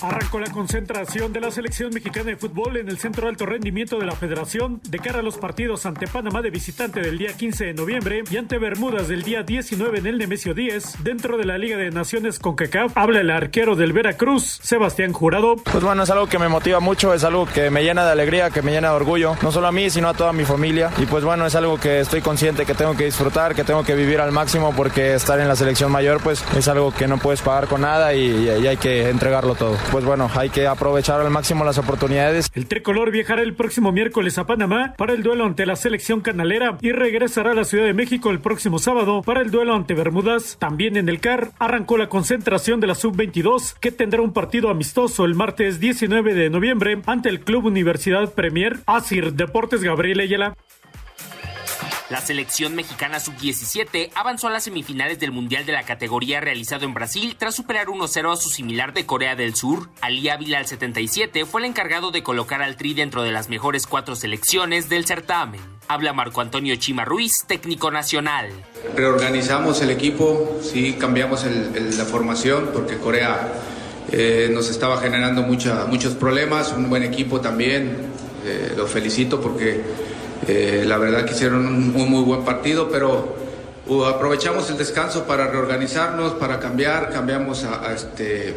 Speaker 19: Arrancó la concentración de la selección mexicana de fútbol en el centro de alto rendimiento de la federación de cara a los partidos ante Panamá de visitante del día 15 de noviembre y ante Bermudas del día 19 en el Nemesio 10 dentro de la Liga de Naciones con CACAF. Habla el arquero del Veracruz, Sebastián Jurado.
Speaker 20: Pues bueno, es algo que me motiva mucho, es algo que me llena de alegría, que me llena de orgullo, no solo a mí, sino a toda mi familia. Y pues bueno, es algo que estoy consciente que tengo que disfrutar, que tengo que vivir al máximo, porque estar en la selección mayor, pues es algo que no puedes pagar con nada y, y hay que entregarlo todo. Pues bueno, hay que aprovechar al máximo las oportunidades.
Speaker 19: El tricolor viajará el próximo miércoles a Panamá para el duelo ante la selección canalera y regresará a la Ciudad de México el próximo sábado para el duelo ante Bermudas. También en el CAR arrancó la concentración de la sub-22 que tendrá un partido amistoso el martes 19 de noviembre ante el Club Universidad Premier Asir Deportes Gabriel Ayala.
Speaker 21: La selección mexicana sub-17 avanzó a las semifinales del Mundial de la categoría realizado en Brasil tras superar 1-0 a su similar de Corea del Sur. Ali Ávila al 77 fue el encargado de colocar al Tri dentro de las mejores cuatro selecciones del certamen. Habla Marco Antonio Chima Ruiz, técnico nacional.
Speaker 22: Reorganizamos el equipo, sí cambiamos el- el- la formación porque Corea eh, nos estaba generando mucha- muchos problemas, un buen equipo también, eh, los felicito porque eh, la verdad que hicieron un, un muy buen partido, pero uh, aprovechamos el descanso para reorganizarnos, para cambiar, cambiamos a- a este,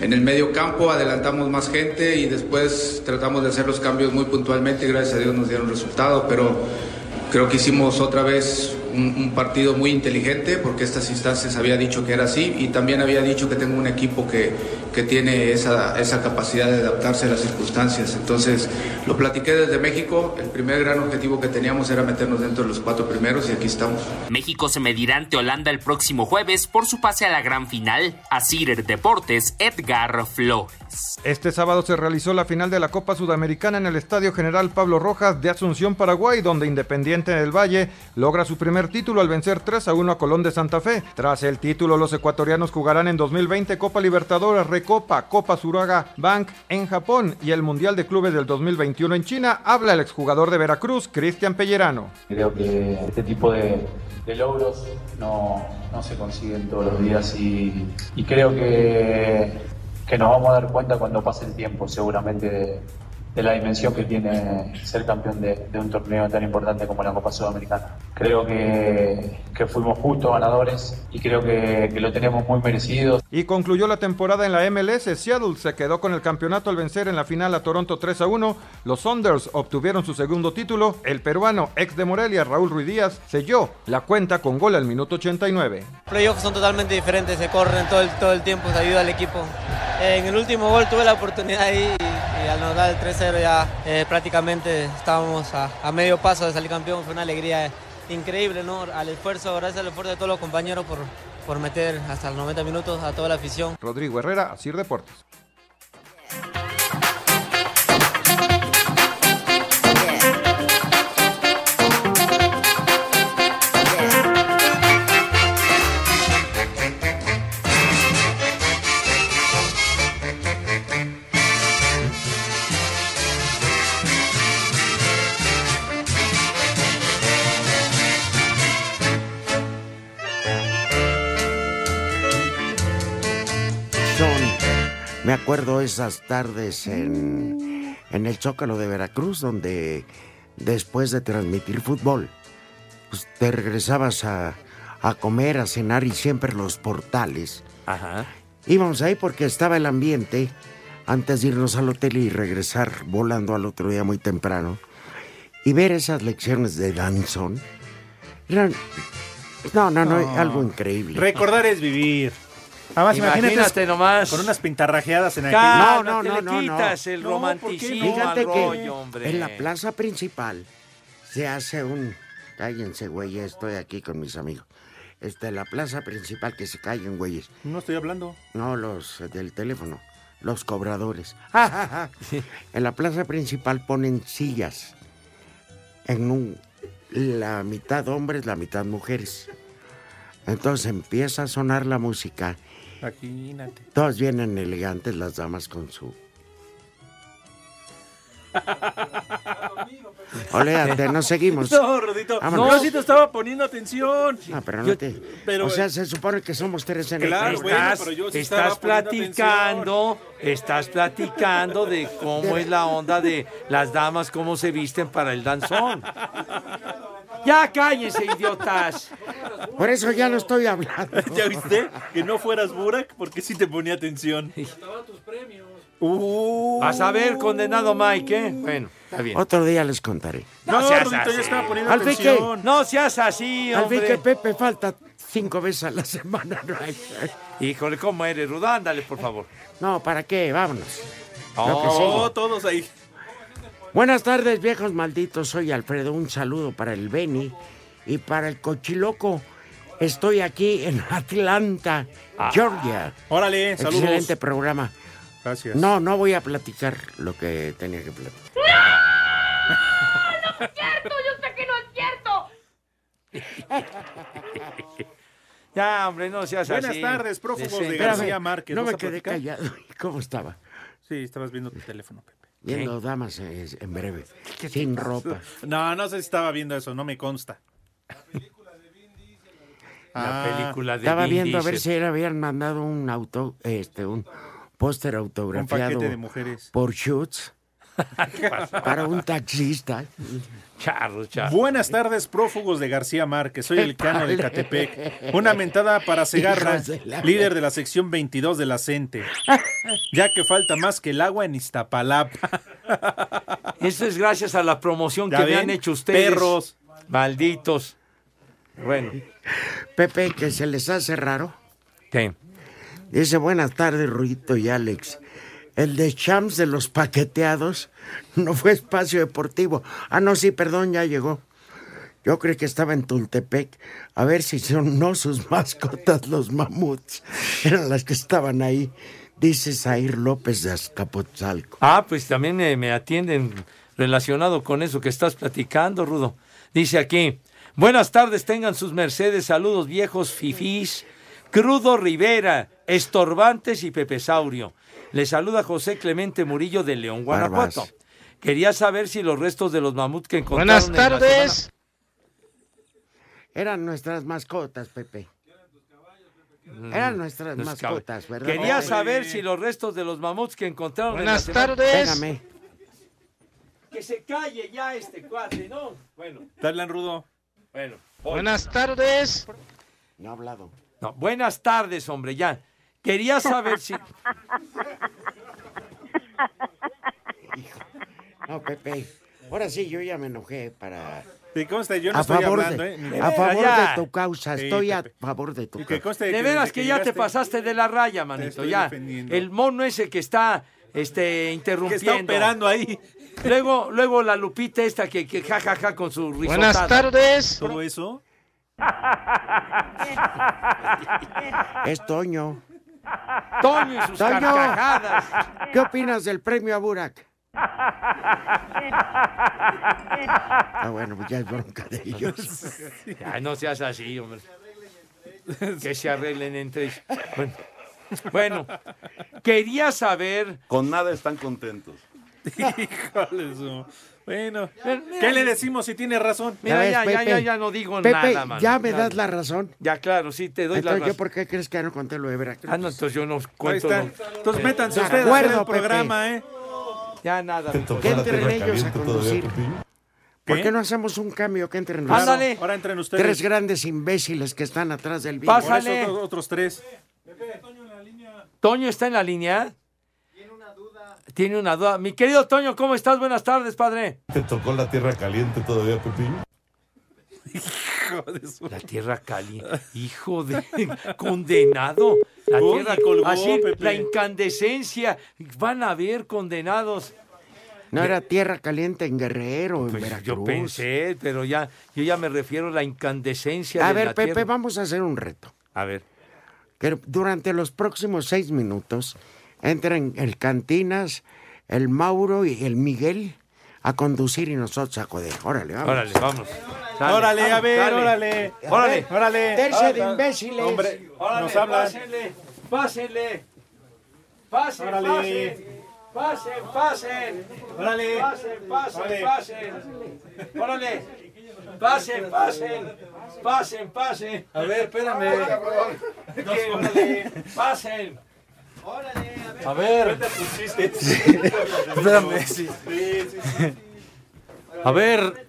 Speaker 22: en el medio campo, adelantamos más gente y después tratamos de hacer los cambios muy puntualmente y gracias a Dios nos dieron resultado, pero creo que hicimos otra vez un, un partido muy inteligente porque estas instancias había dicho que era así y también había dicho que tengo un equipo que, que tiene esa, esa capacidad de adaptarse a las circunstancias. Entonces lo platiqué desde México, el primer gran objetivo que teníamos era meternos dentro de los cuatro primeros y aquí estamos.
Speaker 21: México se medirá ante Holanda el próximo jueves por su pase a la gran final. A Cider Deportes, Edgar Flores.
Speaker 23: Este sábado se realizó la final de la Copa Sudamericana en el Estadio General Pablo Rojas de Asunción, Paraguay, donde Independiente del Valle logra su primer título al vencer 3 a 1 a Colón de Santa Fe. Tras el título, los ecuatorianos jugarán en 2020 Copa Libertadores, Recopa, Copa Suraga Bank en Japón y el Mundial de Clubes del 2021 en China. Habla el exjugador de Veracruz, Cristian Pellerano.
Speaker 24: Creo que este tipo de, de logros no, no se consiguen todos los días y, y creo que, que nos vamos a dar cuenta cuando pase el tiempo seguramente de, de la dimensión que tiene ser campeón de, de un torneo tan importante como la Copa Sudamericana. Creo que, que fuimos justos ganadores y creo que, que lo tenemos muy merecido.
Speaker 23: Y concluyó la temporada en la MLS. Seattle se quedó con el campeonato al vencer en la final a Toronto 3 a 1. Los Saunders obtuvieron su segundo título. El peruano ex de Morelia, Raúl Ruiz Díaz, selló la cuenta con gol al minuto 89.
Speaker 25: playoffs son totalmente diferentes, se corren todo el, todo el tiempo, se ayuda al equipo. Eh, en el último gol tuve la oportunidad ahí y, y al nos dar el 3-0 ya eh, prácticamente estábamos a, a medio paso de salir campeón, fue una alegría increíble, ¿no? Al esfuerzo, gracias al esfuerzo de todos los compañeros por, por meter hasta los 90 minutos a toda la afición.
Speaker 23: Rodrigo Herrera, Asir Deportes.
Speaker 5: Me acuerdo esas tardes en, en el Zócalo de Veracruz, donde después de transmitir fútbol, pues, te regresabas a, a comer, a cenar y siempre los portales.
Speaker 4: Ajá.
Speaker 5: Íbamos ahí porque estaba el ambiente antes de irnos al hotel y regresar volando al otro día muy temprano. Y ver esas lecciones de Danzón. Eran- No, no, no,
Speaker 3: No.
Speaker 5: algo increíble.
Speaker 3: Recordar es vivir. Además, imagínate,
Speaker 5: Imagínate
Speaker 4: nomás.
Speaker 3: Con unas pintarrajeadas en aquel.
Speaker 5: No, no, no, no, no.
Speaker 3: No, ¿por qué no?
Speaker 5: Fíjate que en la plaza principal se hace un... Cállense, güey, ya estoy aquí con mis amigos. Este, la plaza principal que se callen, güeyes.
Speaker 3: No estoy hablando.
Speaker 5: No, los del teléfono, los cobradores. ah. En la plaza principal ponen sillas. En un, la mitad hombres, la mitad mujeres. Entonces empieza a sonar la música.
Speaker 3: Imagínate.
Speaker 5: Todas vienen elegantes las damas con su. Oléate, no seguimos.
Speaker 3: No, Rodito.
Speaker 5: Vámonos.
Speaker 3: No, sí te estaba poniendo atención.
Speaker 5: Ah, pero no
Speaker 3: Yo-
Speaker 5: te-
Speaker 3: pero,
Speaker 5: o sea,
Speaker 3: eh,
Speaker 5: se supone que somos tres en
Speaker 4: Claro,
Speaker 5: el
Speaker 4: estás, estás platicando, estás platicando de cómo es la onda de las damas, cómo se visten para el danzón. Ya cállense, idiotas.
Speaker 5: Por eso ya no estoy hablando.
Speaker 3: ¿Ya viste? Que no fueras Burak porque sí te ponía atención.
Speaker 4: Vas a ver, condenado Mike, ¿eh? Bueno, está bien.
Speaker 5: Otro día les contaré.
Speaker 3: No,
Speaker 4: seas
Speaker 3: Rudito,
Speaker 4: así.
Speaker 3: ya estaba poniendo
Speaker 5: Al fin
Speaker 3: atención.
Speaker 5: que-
Speaker 4: No seas así,
Speaker 5: Al fin que
Speaker 4: hombre.
Speaker 5: Pepe falta cinco veces a la semana. No, hay-
Speaker 4: Híjole, ¿cómo eres, Rudo? Ándale, por favor.
Speaker 5: No, ¿para qué? Vámonos. Lo que sigue.
Speaker 3: Oh, todos ahí.
Speaker 5: Buenas tardes, viejos malditos. Soy Alfredo. Un saludo para el Beni y para el Cochiloco. Estoy aquí en Atlanta,
Speaker 3: Ah.
Speaker 5: Georgia.
Speaker 3: Órale, saludos.
Speaker 5: Excelente programa.
Speaker 3: Gracias.
Speaker 5: No, no voy a platicar lo que tenía que platicar.
Speaker 17: ¡No! ¡No es cierto! ¡Yo sé que no es cierto!
Speaker 4: Ya, hombre, no seas
Speaker 3: Buenas
Speaker 4: así.
Speaker 3: tardes, prófugos
Speaker 4: Decente.
Speaker 3: de García Márquez.
Speaker 5: No me
Speaker 3: ¿Vas a
Speaker 5: quedé
Speaker 3: platicar?
Speaker 5: callado. ¿Cómo estaba?
Speaker 3: Sí, estabas viendo tu teléfono, Pepe.
Speaker 5: Viendo damas eh, en breve. Sin ropa.
Speaker 3: No, no sé si estaba viendo eso, no me consta.
Speaker 4: La película de
Speaker 5: Ah, Estaba
Speaker 4: Vin
Speaker 5: viendo a ver si
Speaker 4: Diesel.
Speaker 5: le habían mandado un auto, este, un póster autografiado
Speaker 3: paquete de mujeres.
Speaker 5: por Schutz para un taxista.
Speaker 4: Charro, charro.
Speaker 3: Buenas tardes, prófugos de García Márquez. Soy el cano de Catepec. Una mentada para Segarra,
Speaker 5: Hijos de la-
Speaker 3: líder de la sección 22 de la CENTE. Ya que falta más que el agua en Iztapalapa.
Speaker 4: Eso es gracias a la promoción que
Speaker 3: ¿Ya
Speaker 4: me
Speaker 3: ven?
Speaker 4: han hecho ustedes.
Speaker 3: Perros.
Speaker 4: Malditos. Bueno.
Speaker 5: Pepe, que se les hace raro.
Speaker 4: ¿Qué?
Speaker 5: Dice, buenas tardes, Ruito y Alex. El de Champs de los paqueteados no fue espacio deportivo. Ah, no, sí, perdón, ya llegó. Yo creo que estaba en Tultepec. A ver si son no sus mascotas los mamuts. Eran las que estaban ahí. Dice Zair López de Azcapotzalco.
Speaker 4: Ah, pues también eh, me atienden relacionado con eso que estás platicando, Rudo. Dice aquí, buenas tardes, tengan sus mercedes, saludos viejos fifís, Crudo Rivera, Estorbantes y Pepe Saurio. Les saluda José Clemente Murillo de León, Guanajuato.
Speaker 5: Barbas.
Speaker 4: Quería saber si los restos de los mamuts que encontraron
Speaker 5: Buenas
Speaker 4: en la
Speaker 5: tardes.
Speaker 4: semana-
Speaker 5: Eran nuestras mascotas, Pepe. Eran nuestras
Speaker 4: Mm, Los cab-
Speaker 5: mascotas, ¿verdad?
Speaker 4: Quería
Speaker 5: Pepe?
Speaker 4: saber si los restos de los mamuts que encontraron en la
Speaker 5: Buenas
Speaker 4: semana-
Speaker 5: tardes. Espérame.
Speaker 4: Que se calle ya este cuate, ¿no? Bueno,
Speaker 3: ¿Te hablan rudo?
Speaker 4: bueno.
Speaker 5: tardes. No ha hablado.
Speaker 4: No, buenas tardes, hombre, ya. Quería saber si.
Speaker 5: No, Pepe. Ahora sí, yo ya me enojé para...
Speaker 3: Que conste, yo no
Speaker 5: A
Speaker 3: estoy
Speaker 5: favor,
Speaker 3: hablando,
Speaker 5: de,
Speaker 3: ¿eh? Ni-
Speaker 5: a favor de
Speaker 4: Ya.
Speaker 5: tu causa,
Speaker 3: Sí,
Speaker 5: estoy a
Speaker 3: Pepe.
Speaker 5: favor de tu
Speaker 3: Y que
Speaker 5: causa.
Speaker 3: conste
Speaker 4: De
Speaker 3: que
Speaker 4: veras
Speaker 3: desde
Speaker 4: que ya te
Speaker 3: llegaste-
Speaker 4: pasaste de la raya, manito,
Speaker 3: estoy
Speaker 4: ya.
Speaker 3: defendiendo.
Speaker 4: El mono ese que está este, interrumpiendo.
Speaker 3: operando ahí.
Speaker 4: Luego, luego la lupita esta que, que ja, ja, ja, con su risotada.
Speaker 5: tardes.
Speaker 3: ¿Todo eso?
Speaker 5: Es Toño.
Speaker 4: Toño y sus
Speaker 5: Toño.
Speaker 4: carcajadas.
Speaker 5: ¿Qué opinas del premio a Burak? Ah, bueno, pues ya es bronca de ellos.
Speaker 4: Ya, no seas así, hombre. Que se arreglen entre ellos. Bueno, bueno, quería saber.
Speaker 9: Con nada están contentos.
Speaker 3: Híjole, su- Bueno, ¿qué le decimos si tiene razón?
Speaker 4: Mira,
Speaker 5: ves,
Speaker 4: ya, ya,
Speaker 5: Pepe?
Speaker 4: ya, ya no digo
Speaker 5: Pepe,
Speaker 4: nada, mano.
Speaker 5: ya me das la razón.
Speaker 4: Ya, claro, sí, te doy la
Speaker 5: Entonces, ¿yo
Speaker 4: razón.
Speaker 5: por qué crees que ya no conté lo de Veracruz?
Speaker 4: Ah, no, entonces yo no
Speaker 3: Ahí
Speaker 4: cuento.
Speaker 3: están.
Speaker 4: no.
Speaker 3: Entonces
Speaker 4: Eh,
Speaker 3: métanse
Speaker 5: de
Speaker 3: ustedes
Speaker 5: acuerdo,
Speaker 3: en el
Speaker 5: Pepe.
Speaker 3: programa, ¿eh?
Speaker 4: Ya nada. Rudo.
Speaker 5: Que entren ellos a conducir. ¿Por
Speaker 3: ¿Qué?
Speaker 5: qué no hacemos un cambio que entren los
Speaker 4: Ándale,
Speaker 3: ¿Eh? Ahora entren ustedes.
Speaker 5: tres grandes imbéciles que están atrás del vidrio?
Speaker 3: Por eso
Speaker 4: Pásale.
Speaker 3: otros- otros tres.
Speaker 4: Toño está en la línea. Tiene una duda. Mi querido Toño, ¿cómo estás? Buenas tardes, padre.
Speaker 9: ¿Te tocó la tierra caliente todavía, Pepín?
Speaker 4: La tierra cali. Hijo de condenado. La
Speaker 3: Uy,
Speaker 4: tierra
Speaker 3: y colgó,
Speaker 4: así,
Speaker 3: Pepe.
Speaker 4: la incandescencia. Van a ver condenados.
Speaker 5: No era tierra caliente en Guerrero, en
Speaker 4: Pues
Speaker 5: Veracruz.
Speaker 4: yo pensé, pero ya, yo ya me refiero a la incandescencia
Speaker 5: A
Speaker 4: de
Speaker 5: ver,
Speaker 4: la
Speaker 5: Pepe,
Speaker 4: tierra.
Speaker 5: vamos a hacer un reto.
Speaker 4: A ver.
Speaker 5: Que durante los próximos seis minutos entren el Cantinas, el Mauro y el Miguel a conducir y nosotros a joder. Órale, vamos.
Speaker 4: Órale, vamos. Sale.
Speaker 3: Órale, a ver,
Speaker 4: Dale.
Speaker 3: órale.
Speaker 4: Órale.
Speaker 3: Órale.
Speaker 5: Tercia de
Speaker 3: Órale.
Speaker 5: imbéciles.
Speaker 3: Hombre,
Speaker 4: Órale,
Speaker 3: nos hablan.
Speaker 4: Pásenle, pásenle. Pasen,
Speaker 3: Órale.
Speaker 4: pasen. Pasen, pasen.
Speaker 3: Órale.
Speaker 4: Pasen, pasen,
Speaker 3: Órale.
Speaker 4: pasen. Órale. Pasen, pasen. Pasen, pasen.
Speaker 3: A ver, espérame.
Speaker 4: Que- Pasen.
Speaker 3: A ver.
Speaker 1: Espérame. A ver,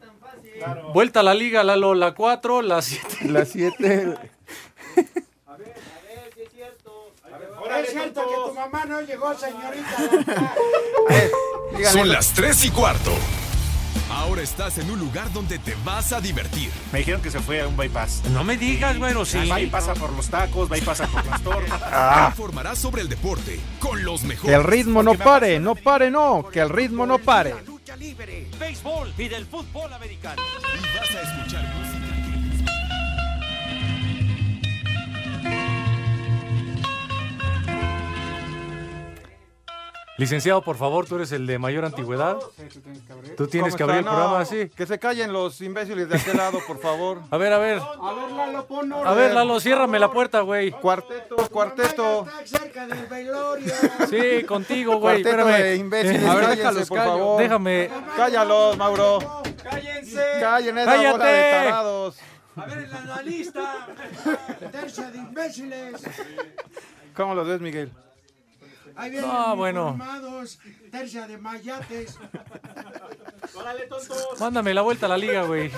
Speaker 1: vuelta a la liga, Lalo, la 4, la 7. La 7.
Speaker 5: Es cierto que tu mamá no llegó, señorita.
Speaker 2: Son las 3 y cuarto. Ahora estás en un lugar donde te vas a divertir.
Speaker 3: Me dijeron que se fue a un bypass.
Speaker 4: No me digas, bueno, sí.
Speaker 3: Va y pasa por los tacos, va y pasa por las tortas.
Speaker 2: Te informarás sobre el deporte con los
Speaker 23: Que
Speaker 2: mejores.
Speaker 23: Ah. el ritmo no pare, no pare, no. Que el ritmo no pare.
Speaker 4: Béisbol y del fútbol americano.
Speaker 2: Y vas a escuchar música.
Speaker 1: Licenciado, por favor, tú eres el de mayor antigüedad. Tú tienes
Speaker 23: ¿Cómo
Speaker 1: que abrir el
Speaker 23: está?
Speaker 1: programa
Speaker 23: No,
Speaker 1: así.
Speaker 23: Que se callen los imbéciles de aquel lado, por favor.
Speaker 1: A ver, a ver.
Speaker 23: A ver, Lalo, pon
Speaker 1: A ver, Lalo, ciérrame la puerta, güey.
Speaker 23: Cuarteto, cuarteto.
Speaker 7: Cerca del velorio.
Speaker 1: Sí, contigo, güey.
Speaker 23: Cuarteto
Speaker 1: Espérame.
Speaker 23: de imbéciles,
Speaker 1: A ver,
Speaker 23: cállense,
Speaker 1: déjalos,
Speaker 23: por
Speaker 1: callo.
Speaker 23: favor.
Speaker 1: Déjame.
Speaker 23: Cállalos, Mauro.
Speaker 7: ¡Cállense!
Speaker 23: Callen esa
Speaker 1: ¡Cállate!
Speaker 23: bola de tarados.
Speaker 7: A ver, el analista. Tercia de imbéciles.
Speaker 23: ¿Cómo los ves, Miguel?
Speaker 7: Ahí
Speaker 23: vienen No, bueno.
Speaker 7: Tercia de mayates. Órale, tontos.
Speaker 1: Mándame la vuelta a la liga, güey.
Speaker 7: no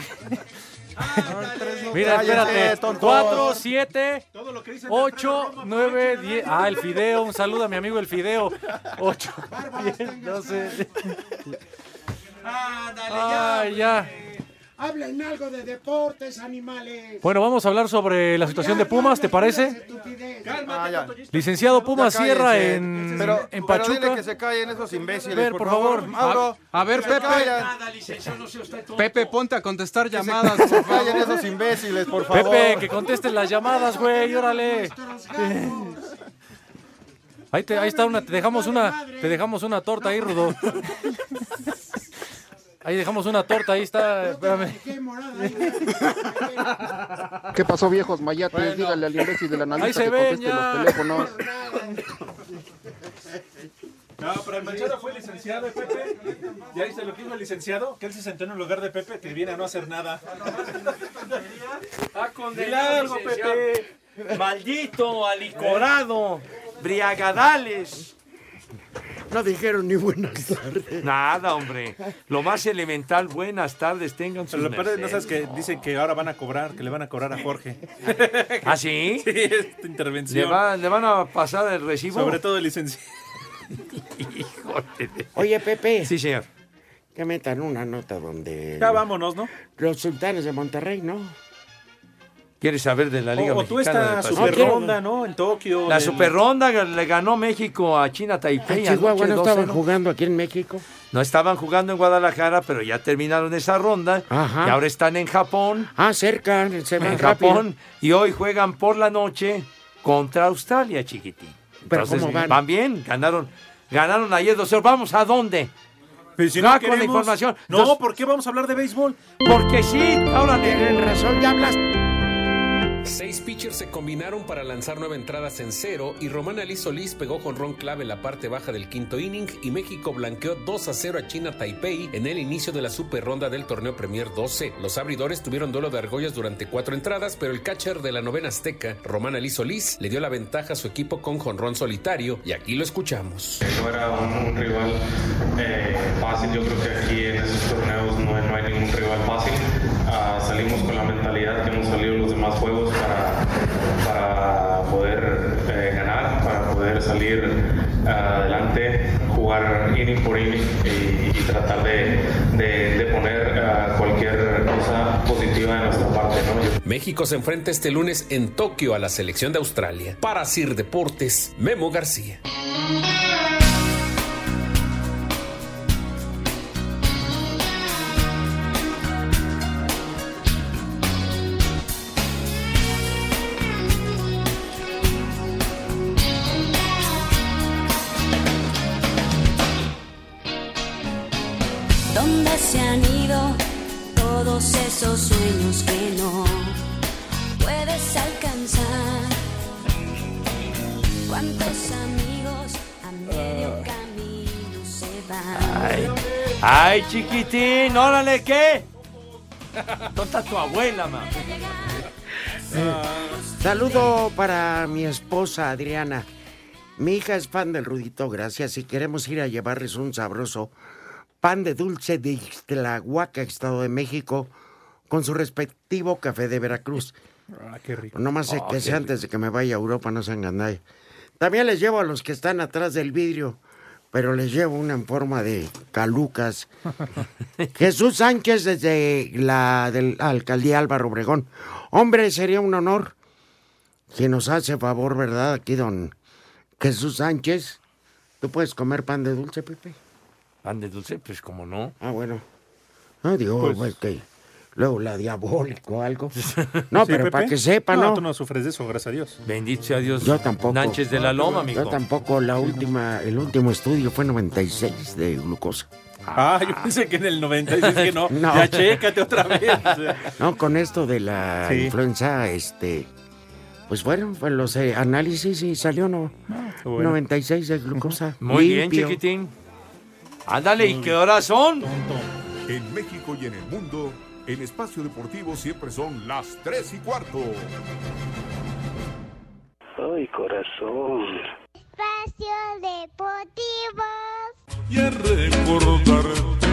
Speaker 1: Mira,
Speaker 7: calles,
Speaker 1: espérate.
Speaker 7: tontos.
Speaker 1: 4, 7,
Speaker 7: Todo lo que dicen de
Speaker 1: 8, 9, 10. Ah, el Fideo. Un saludo a mi amigo el Fideo. 8, 10, 12. Ay, ya.
Speaker 5: Eh,
Speaker 7: Hablen algo de deportes, animales.
Speaker 1: Bueno, vamos a hablar sobre la situación de Pumas, ¿te parece?
Speaker 23: Ah, ya.
Speaker 1: Licenciado Pumas
Speaker 23: Ya
Speaker 1: cierra
Speaker 23: cállense.
Speaker 1: en,
Speaker 23: Pero-
Speaker 1: en
Speaker 23: pero
Speaker 1: Pachuca.
Speaker 23: dile que se callen esos imbéciles,
Speaker 1: A ver,
Speaker 23: por,
Speaker 1: por
Speaker 23: favor.
Speaker 1: favor.
Speaker 23: Mauro,
Speaker 26: A- a ver,
Speaker 23: que se
Speaker 26: Pepe.
Speaker 23: callen.
Speaker 26: Pepe, ponte a contestar
Speaker 23: Que se
Speaker 26: llamadas. por favor.
Speaker 23: callen esos imbéciles, por favor.
Speaker 1: Pepe, que contesten las llamadas, güey, órale. Ahí, te- ahí está una, te dejamos una, te dejamos una torta ahí, Rudo. Ahí dejamos una torta, ahí está, espérame.
Speaker 23: ¿eh?
Speaker 22: ¿Qué pasó, viejos mayates? Dígale al imbécil de la
Speaker 1: Ahí
Speaker 22: analista
Speaker 1: se
Speaker 22: que
Speaker 5: pues,
Speaker 1: ven
Speaker 22: conteste
Speaker 1: ya.
Speaker 22: los teléfonos.
Speaker 3: No, pero el Machado fue licenciado, Pepe. ¿Ya viste lo que dijo el licenciado? Que él se sentó en el lugar de Pepe, que viene a no hacer nada.
Speaker 4: Ah,
Speaker 3: condenado,
Speaker 4: condenado,
Speaker 3: licenciado.
Speaker 4: Pepe. Maldito, alicorado, briagadales.
Speaker 5: No dijeron ni buenas tardes.
Speaker 4: Nada, hombre. Lo más elemental, buenas tardes, tengan sus
Speaker 3: Pero lo peor es, no sabes que
Speaker 4: mercedes.
Speaker 3: dicen que ahora van a cobrar, que le van a cobrar a Jorge.
Speaker 4: ¿Ah, sí?
Speaker 3: Sí, esta
Speaker 4: ¿Le,
Speaker 3: intervención.
Speaker 4: va- le van a pasar el recibo?
Speaker 3: Sobre todo el licenciado.
Speaker 5: Oye, Pepe.
Speaker 4: Sí, señor.
Speaker 5: Que metan una nota donde.
Speaker 3: Ya vámonos, ¿no?
Speaker 5: Los sultanes de Monterrey, ¿no?
Speaker 4: ¿Quieres saber de la Liga
Speaker 3: O, o tú
Speaker 4: Mexicana?
Speaker 3: esta
Speaker 4: del Pacífico?
Speaker 3: super ronda, ¿no? En Tokio.
Speaker 4: La
Speaker 3: del-
Speaker 4: super ronda le ganó México a China Taipei.
Speaker 5: En Chihuahua
Speaker 4: anoche,
Speaker 5: no estaban
Speaker 4: 2-0.
Speaker 5: jugando aquí en México.
Speaker 4: No estaban jugando en Guadalajara, pero ya terminaron esa ronda. Y ahora están en Japón.
Speaker 5: Ah, cerca, se van
Speaker 4: En
Speaker 5: rápido.
Speaker 4: Japón. Y hoy juegan por la noche contra Australia, chiquitín.
Speaker 5: Pero
Speaker 4: Entonces,
Speaker 5: ¿cómo van?
Speaker 4: bien, ganaron. Ganaron ayer 2-0. ¿Vamos a dónde?
Speaker 3: Pero si
Speaker 4: Va
Speaker 3: no
Speaker 4: con
Speaker 3: queremos-
Speaker 4: la información.
Speaker 3: No,
Speaker 4: Entonces-
Speaker 3: ¿por qué vamos a hablar de béisbol?
Speaker 4: Porque sí, ahora tienen
Speaker 5: razón, ya hablas.
Speaker 12: Seis pitchers se combinaron para lanzar nueve entradas en cero y Román Ali Solís pegó con Ron clave en la parte baja del quinto inning y México blanqueó 2 a 0 a China Taipei en el inicio de la super ronda del torneo Premier 12. Los abridores tuvieron duelo de argollas durante cuatro entradas, pero el catcher de la novena azteca, Román Ali Solís, le dio la ventaja a su equipo con jonrón solitario y aquí lo escuchamos.
Speaker 6: No era un, un rival eh, fácil, yo creo que aquí en esos torneos no, no hay ningún rival fácil. Ah, salimos con la mentalidad que hemos salido los demás juegos para, para poder eh, ganar, para poder salir ah, adelante, jugar inning por inning y, y tratar de, de- de poner ah, cualquier cosa positiva de nuestra parte. ¿no? Yo-
Speaker 12: México se enfrenta este lunes en Tokio a la selección de Australia. Para Sir Deportes, Memo García.
Speaker 17: ¿Dónde se han ido todos esos sueños que no puedes alcanzar? ¿Cuántos amigos a medio camino se van?
Speaker 4: Ay, ay, chiquitín, órale, ¿qué? Tonta tu abuela, ma.
Speaker 3: Ah.
Speaker 5: Saludo para mi esposa Adriana. Mi hija es fan del Rudito, gracias, y queremos ir a llevarles un sabroso pan de dulce de Ixtlahuaca, Estado de México, con su respectivo café de Veracruz.
Speaker 3: Ah, qué rico.
Speaker 5: No más
Speaker 3: Ah,
Speaker 5: que
Speaker 3: qué
Speaker 5: sea antes de que me vaya a Europa, no se nadie. También les llevo a los que están atrás del vidrio, pero les llevo una en forma de calucas. Jesús Sánchez desde la del- la alcaldía Álvaro Obregón. Hombre, sería un honor si nos hace favor, ¿verdad? Aquí don Jesús Sánchez. ¿Tú puedes comer pan de dulce, Pepe?
Speaker 4: Pan de dulce, pues como no.
Speaker 5: Ah, bueno. Adiós,
Speaker 4: Pues-
Speaker 5: güey, que luego la diabólico o algo. No, pero para que sepa, ¿no?
Speaker 3: tú no sufres de eso, gracias a Dios.
Speaker 4: Bendito sea Dios.
Speaker 5: Yo tampoco.
Speaker 4: Nánchez de la Loma,
Speaker 5: Yo
Speaker 4: amigo.
Speaker 5: tampoco, la última, el último estudio fue 96 de glucosa.
Speaker 3: Ah, yo pensé que en el 96 que no.
Speaker 5: No.
Speaker 3: Ya chécate otra vez. o sea.
Speaker 5: No, con esto de la
Speaker 3: Sí.
Speaker 5: influenza, este, pues bueno, pues los eh, análisis y salió no,
Speaker 4: Ah, qué bueno.
Speaker 5: 96 de glucosa.
Speaker 4: Muy bien,
Speaker 5: limpio.
Speaker 4: chiquitín. Ándale, ¿y qué horas son?
Speaker 10: En México y en el mundo, en Espacio Deportivo siempre son las 3 y cuarto.
Speaker 11: Ay, corazón.
Speaker 15: Y a recordarte,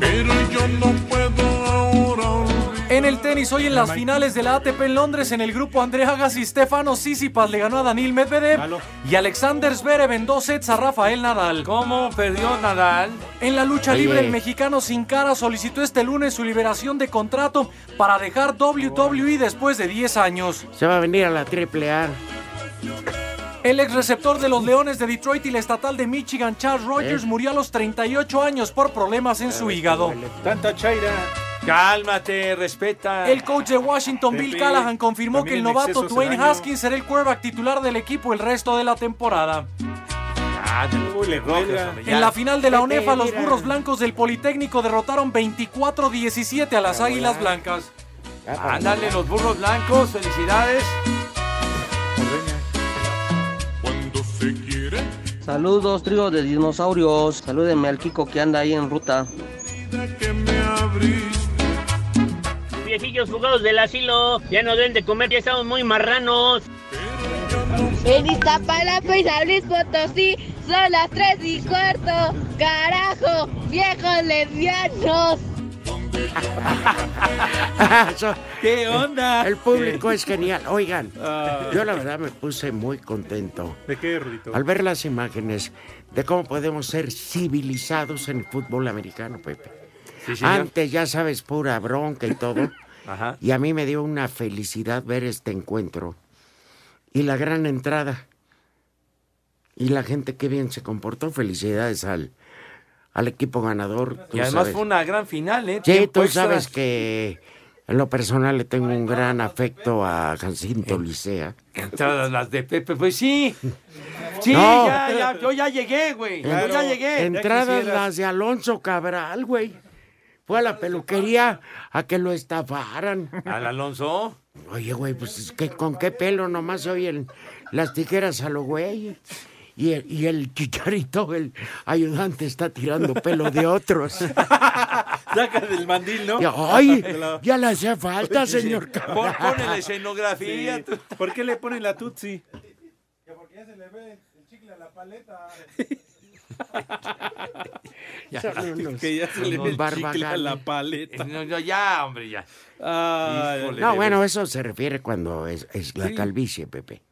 Speaker 15: pero yo no puedo ahora.
Speaker 1: En el tenis, hoy en las finales de la ATP en Londres, en el grupo André Agassi, Stefano Tsitsipas le ganó a Daniel Medvedev y Alexander Zverev en dos sets a Rafael Nadal. ¿Cómo perdió Nadal? En la lucha
Speaker 4: Oye.
Speaker 1: libre, el mexicano Sin Cara solicitó este lunes su liberación de contrato para dejar WWE después de 10 años.
Speaker 5: Se va a venir a la triple A.
Speaker 1: El ex receptor de los Leones de Detroit y la estatal de Michigan, Charles Rogers, murió a los 38 años por problemas en su hígado. Tanta chaira.
Speaker 4: Cálmate, respeta.
Speaker 1: El coach de Washington, Bill
Speaker 4: Pepe,
Speaker 1: Callahan, confirmó que
Speaker 4: también
Speaker 1: el
Speaker 4: en
Speaker 1: novato
Speaker 4: exceso hace
Speaker 1: Dwayne
Speaker 4: daño.
Speaker 1: Haskins será el quarterback titular del equipo el resto de la temporada.
Speaker 3: Ah,
Speaker 1: En la final de la ONEFA, los burros blancos del Politécnico derrotaron 24-17 a las Águilas Blancas.
Speaker 4: Ándale, los burros blancos, felicidades.
Speaker 16: Saludos, trío de dinosaurios. Salúdenme al Kiko que anda ahí en ruta.
Speaker 18: Viejillos fugados del asilo, ya no deben de comer, ya estamos muy marranos.
Speaker 27: En Iztapalapa y San Luis Potosí son las 3 y cuarto. ¡Carajo! ¡Viejos lesbianos!
Speaker 4: ¿Qué onda? Ah.
Speaker 5: El público es genial. Oigan, yo la verdad me puse muy contento
Speaker 3: ¿De qué, Rudito?
Speaker 5: al ver las imágenes de cómo podemos ser civilizados en el fútbol americano, Pepe.
Speaker 4: Sí, señor.
Speaker 5: Antes, ya sabes, pura bronca y todo.
Speaker 4: Ajá.
Speaker 5: Y a mí me dio una felicidad ver este encuentro. Y la gran entrada. Y la gente que bien se comportó. Felicidades al, al equipo ganador. Tú
Speaker 4: Y además
Speaker 5: sabes.
Speaker 4: fue una gran final, ¿eh?
Speaker 5: Sí,
Speaker 4: Tiempo
Speaker 5: tú
Speaker 4: extra.
Speaker 5: sabes que en lo personal le tengo un gran afecto a
Speaker 4: Eh.
Speaker 5: Jacinto Licea.
Speaker 4: Entradas las de Pepe, pues sí. Sí,
Speaker 5: No.
Speaker 4: ya, ya, yo ya llegué, güey. Yo ya llegué.
Speaker 5: Entradas las de Alonso Cabral, güey. Fue a la peluquería a que lo estafaran.
Speaker 4: Al Alonso.
Speaker 5: Oye, güey, pues es que con qué pelo nomás se oyen las tijeras a lo güey. Y el, y el chicharito, el ayudante, está tirando pelo de otros.
Speaker 3: Saca del mandil, ¿no?
Speaker 5: Y, ¡Ay! Ya le hacía falta, señor
Speaker 3: Pon-
Speaker 5: Cabral.
Speaker 4: escenografía.
Speaker 3: ¿Por qué le ponen la tutsi?
Speaker 4: Ya.
Speaker 3: que ya se le ve el chicle a la paleta.
Speaker 4: No, no, ya, hombre, ya. Híjole,
Speaker 5: No,
Speaker 4: de
Speaker 5: bueno,
Speaker 4: ver-
Speaker 5: eso se refiere cuando es, es la
Speaker 4: Sí.
Speaker 5: calvicie, Pepe.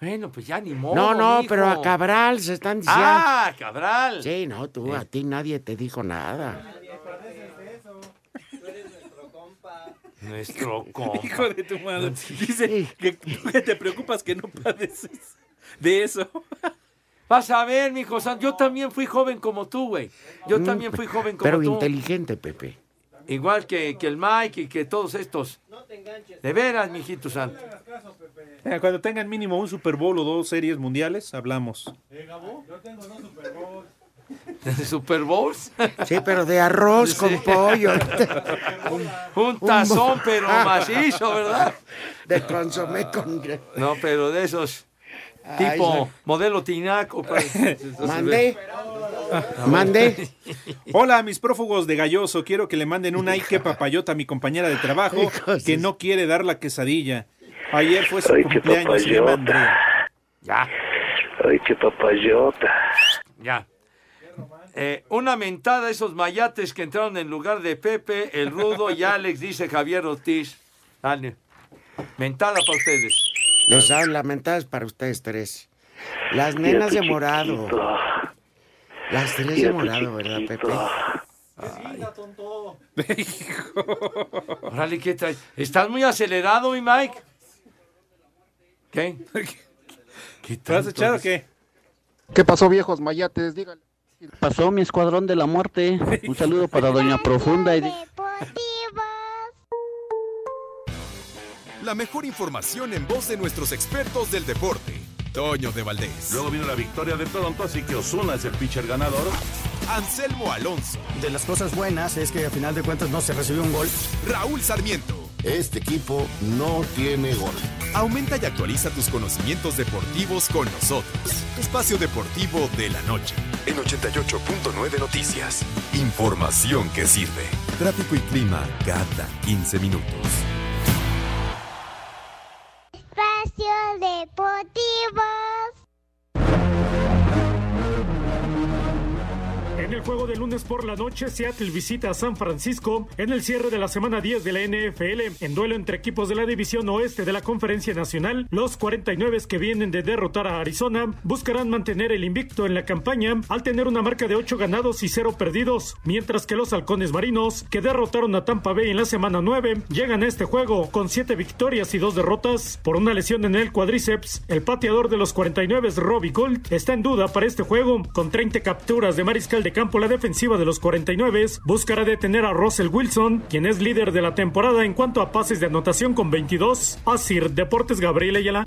Speaker 4: Bueno, pues ya ni modo.
Speaker 5: no, no,
Speaker 4: mijo.
Speaker 5: pero a Cabral se están diciendo.
Speaker 4: Ah, Cabral. Eh,
Speaker 5: Sí, no, tú, a ti nadie te dijo nada.
Speaker 4: Nuestro compa.
Speaker 3: Hijo de tu madre. Dice que tú que te preocupas que no padeces de eso.
Speaker 4: Vas a ver, mijo santo, yo también fui joven como tú, güey. Yo
Speaker 5: Mm,
Speaker 4: también fui joven como
Speaker 5: Pero
Speaker 4: tú.
Speaker 5: inteligente, Pepe.
Speaker 4: Igual que, que el Mike y que todos estos. De veras, mijito santo.
Speaker 3: Mira, Cuando tengan mínimo un Super Bowl o dos series mundiales, hablamos.
Speaker 1: Eh,
Speaker 4: ¿Super Bowls?
Speaker 5: Sí, pero de arroz con pollo.
Speaker 4: un, un tazón, pero macizo, ¿verdad?
Speaker 5: De consomé con...
Speaker 4: No, pero de esos.
Speaker 5: Ay,
Speaker 4: Tipo
Speaker 5: sí.
Speaker 4: modelo tinaco. pues.
Speaker 5: Mandé. Mandé.
Speaker 3: Hola, mis prófugos de galloso. Quiero que le manden un ay que papayota a mi compañera de trabajo que no quiere dar la quesadilla. Ayer fue su
Speaker 11: Ay, qué
Speaker 3: cumpleaños. se llama
Speaker 11: papayota.
Speaker 4: Ya.
Speaker 11: Ay, qué papayota.
Speaker 4: Ya. Eh, una mentada a esos mayates que entraron en lugar de Pepe, el Rudo y Alex, dice Javier Ortiz. Dale. Mentada para ustedes.
Speaker 5: Los saben lamentadas para ustedes tres. Las nenas de morado. Las tres de morado, ¿verdad, Pepe?
Speaker 4: Órale, ¿qué traes? ¿Estás muy acelerado, mi Mike? ¿Qué? ¿Qué
Speaker 3: ¿Te has echado o qué?
Speaker 8: ¿Qué pasó, viejos mayates? Díganle.
Speaker 16: Pasó mi escuadrón de la muerte. Un saludo para Doña Profunda. Y...
Speaker 2: La mejor información en voz de nuestros expertos del deporte. Toño de Valdés.
Speaker 28: Luego vino la victoria de Toronto, así que Osuna es el pitcher ganador.
Speaker 2: Anselmo Alonso.
Speaker 23: De las cosas buenas es que a final de cuentas no se recibió un gol.
Speaker 2: Raúl Sarmiento.
Speaker 29: Este equipo no tiene gol.
Speaker 2: Aumenta y actualiza tus conocimientos deportivos con nosotros. Espacio Deportivo de la Noche. En 88.9 Noticias. Información que sirve. Tráfico y clima cada 15 minutos.
Speaker 11: Espacio Deportivo.
Speaker 19: En el juego de lunes por la noche, Seattle visita a San Francisco en el cierre de la semana 10 de la NFL. En duelo entre equipos de la división oeste de la Conferencia Nacional, los 49 que vienen de derrotar a Arizona buscarán mantener el invicto en la campaña al tener una marca de 8 ganados y 0 perdidos, mientras que los halcones marinos, que derrotaron a Tampa Bay en la semana 9, llegan a este juego con 7 victorias y 2 derrotas por una lesión en el cuádriceps. El pateador de los 49 Robbie Gold, está en duda para este juego con 30 capturas de mariscal de campo, la defensiva de los 49 buscará detener a Russell Wilson, quien es líder de la temporada en cuanto a pases de anotación con 22. Asir Deportes Gabriel Ayala.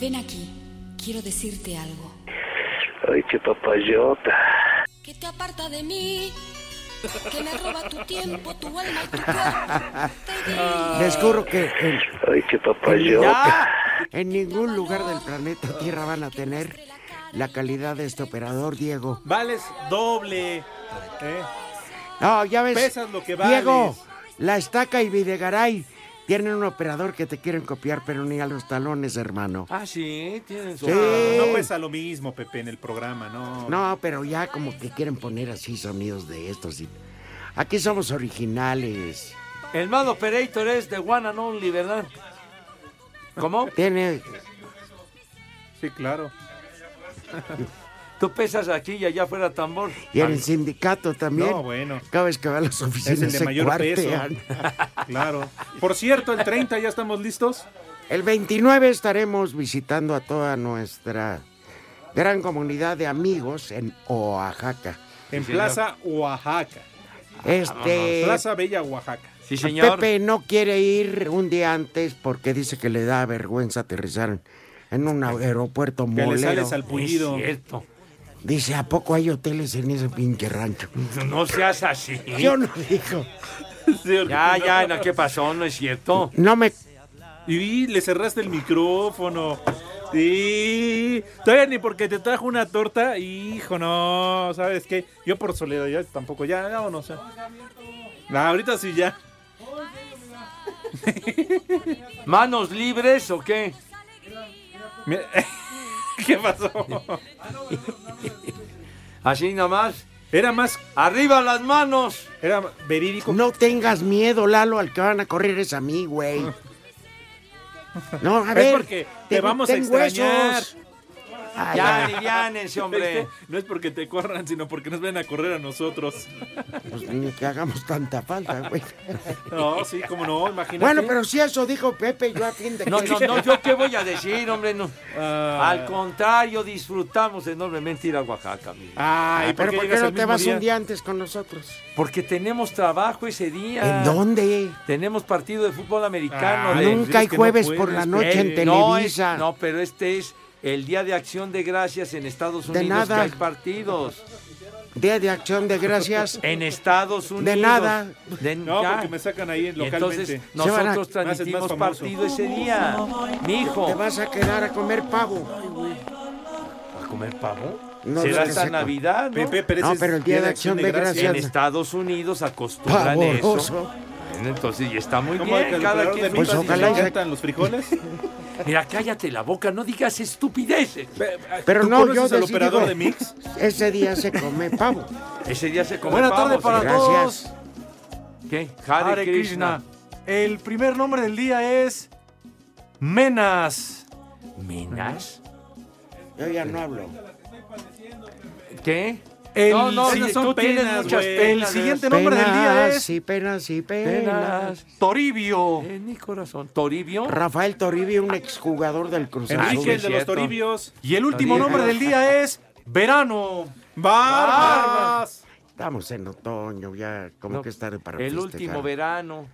Speaker 17: Ven aquí, quiero decirte algo.
Speaker 9: Ay, qué papayota.
Speaker 17: Que te aparta de mí, que me roba tu tiempo, tu alma y tu cuerpo.
Speaker 5: Les juro que en,
Speaker 9: Ay, qué papayota.
Speaker 5: en ningún lugar del planeta Tierra van a tener la calidad de este operador, Diego.
Speaker 3: Vales doble. ¿eh?
Speaker 5: No, ya ves.
Speaker 3: Pesas lo que vales.
Speaker 5: Diego, la estaca y Videgaray tienen un operador que te quieren copiar, pero ni a los talones, hermano.
Speaker 4: Ah, sí, tienen su...
Speaker 5: Sí.
Speaker 3: No pesa lo mismo, Pepe, en el programa, ¿no?
Speaker 5: No, pero ya como que quieren poner así sonidos de estos. y- Aquí somos originales.
Speaker 4: El mal operator ¿eh? es de One and Only, ¿verdad? ¿Cómo?
Speaker 5: Tiene.
Speaker 3: Sí, claro.
Speaker 4: Tú pesas aquí y allá fuera tambor. Ah,
Speaker 5: Y en el sindicato también.
Speaker 3: No, bueno.
Speaker 5: Cada vez que va a las oficinas
Speaker 3: Es el de
Speaker 5: pues se
Speaker 3: mayor
Speaker 5: cuartean.
Speaker 3: peso. Claro. Por cierto, el 30 ya estamos listos.
Speaker 5: El 29 estaremos visitando a toda nuestra gran comunidad de amigos en Oaxaca.
Speaker 3: En Plaza Oaxaca.
Speaker 5: Este-
Speaker 3: Plaza Bella Oaxaca.
Speaker 4: Sí,
Speaker 5: Pepe no quiere ir un día antes porque dice que le da vergüenza aterrizar en un aeropuerto
Speaker 3: Que le
Speaker 5: molero.
Speaker 3: sales al pullido.
Speaker 4: cierto.
Speaker 5: Dice, ¿a poco hay hoteles en ese pinche rancho?
Speaker 4: No seas así.
Speaker 5: Yo no digo.
Speaker 4: Ya, ya, no, ¿qué pasó? No es cierto.
Speaker 5: No me...
Speaker 3: Y le cerraste el micrófono. Y todavía ni porque te trajo una torta, hijo, no, ¿sabes qué? Yo por soledad tampoco, ya, vámonos. ya. No, ahorita sí ya.
Speaker 4: ¿Manos libres o qué?
Speaker 3: Mira, ¿Qué pasó?
Speaker 4: Así nada más.
Speaker 3: Era más.
Speaker 4: ¡Arriba las manos!
Speaker 3: Era verídico.
Speaker 5: No tengas miedo, Lalo, al que van a correr es a mí, güey. No, a
Speaker 3: Es
Speaker 5: ver.
Speaker 3: porque te
Speaker 5: tengo-
Speaker 3: vamos a
Speaker 5: tengo
Speaker 3: extrañar.
Speaker 5: huesos. Ay,
Speaker 4: Ya,
Speaker 5: ay,
Speaker 4: aliviánense, hombre.
Speaker 3: Este, no es porque te corran, sino porque nos ven a correr a nosotros.
Speaker 5: pues ni que hagamos tanta falta, güey.
Speaker 3: No, sí, como no, imagínate.
Speaker 5: Bueno, pero si eso dijo Pepe, yo a fin de
Speaker 4: No, no,
Speaker 5: cuentas-
Speaker 4: no, yo qué voy a decir, hombre, no.
Speaker 3: Ah.
Speaker 4: Al contrario, disfrutamos enormemente ir a Oaxaca, amigo.
Speaker 3: Ay,
Speaker 5: Ah, pero ¿por qué no te vas un día antes con nosotros?
Speaker 4: Porque tenemos trabajo ese día.
Speaker 5: ¿En dónde?
Speaker 4: Tenemos partido de fútbol americano.
Speaker 5: Ah,
Speaker 4: de-
Speaker 5: nunca hay
Speaker 4: es que
Speaker 5: jueves por la
Speaker 4: puedes,
Speaker 5: noche en
Speaker 4: Pepe. No,
Speaker 5: Televisa.
Speaker 4: es- No, pero este es el Día de Acción de Gracias en Estados
Speaker 5: De
Speaker 4: Unidos.
Speaker 5: nada.
Speaker 4: que hay partidos.
Speaker 5: Día de Acción de Gracias.
Speaker 4: En Estados Unidos.
Speaker 5: nada.
Speaker 4: De-
Speaker 3: No,
Speaker 4: ya.
Speaker 3: porque me sacan ahí
Speaker 4: Y
Speaker 3: localmente.
Speaker 4: entonces
Speaker 5: Se van a-
Speaker 4: nosotros
Speaker 3: Me haces más
Speaker 4: transmitimos
Speaker 3: famoso.
Speaker 4: partido ese día.
Speaker 5: Te
Speaker 4: Mijo.
Speaker 5: vas a quedar a comer pavo.
Speaker 4: ¿A comer pavo?
Speaker 5: No,
Speaker 4: Será
Speaker 5: no, no,
Speaker 4: hasta
Speaker 5: no.
Speaker 4: Navidad, ¿no?
Speaker 3: Pepe, pero
Speaker 5: No,
Speaker 3: ese es
Speaker 5: pero el Día de Acción de
Speaker 4: En
Speaker 5: Gracias.
Speaker 4: Estados Unidos acostumbran
Speaker 5: Pavoroso.
Speaker 4: eso. Bueno, Entonces, y está muy
Speaker 3: ¿Cómo
Speaker 4: bien.
Speaker 3: el
Speaker 4: Cada
Speaker 3: cada
Speaker 4: quien
Speaker 5: Pues
Speaker 4: su-
Speaker 5: ojalá y se-
Speaker 3: encantan los frijoles?
Speaker 4: Mira, cállate la boca, no digas estupideces.
Speaker 5: Pero
Speaker 3: ¿Tú
Speaker 5: no, yo
Speaker 3: conoces al
Speaker 5: decidí,
Speaker 3: operador
Speaker 5: güey.
Speaker 3: de Mix?
Speaker 5: Ese día se come pavo.
Speaker 4: Ese día se come
Speaker 1: Buena
Speaker 4: pavo,
Speaker 1: tarde para
Speaker 4: señor.
Speaker 1: todos.
Speaker 5: Gracias.
Speaker 4: ¿Qué?
Speaker 1: Hare,
Speaker 4: Hare,
Speaker 1: Krishna.
Speaker 4: Krishna.
Speaker 1: El primer nombre del día es Menas.
Speaker 4: ¿Menas?
Speaker 5: Yo ya no hablo.
Speaker 4: ¿Qué?
Speaker 1: El,
Speaker 4: No, no,
Speaker 1: sí,
Speaker 4: son
Speaker 1: tú tienes
Speaker 4: penas,
Speaker 1: muchas
Speaker 4: güey.
Speaker 1: penas. el siguiente nombre del día es
Speaker 5: Sí, penas, sí, penas.
Speaker 4: Penas.
Speaker 1: Toribio.
Speaker 4: En mi corazón. Toribio.
Speaker 5: Rafael Toribio, un exjugador del Cruz Azul.
Speaker 4: Enrique, el de los
Speaker 3: Toribios.
Speaker 1: Y el último
Speaker 5: Toribio.
Speaker 1: nombre del día es Verano.
Speaker 5: Ah,
Speaker 3: Barbas.
Speaker 5: Estamos en otoño, ya como
Speaker 4: No,
Speaker 5: que es tarde para
Speaker 4: El
Speaker 5: festejar.
Speaker 4: último verano.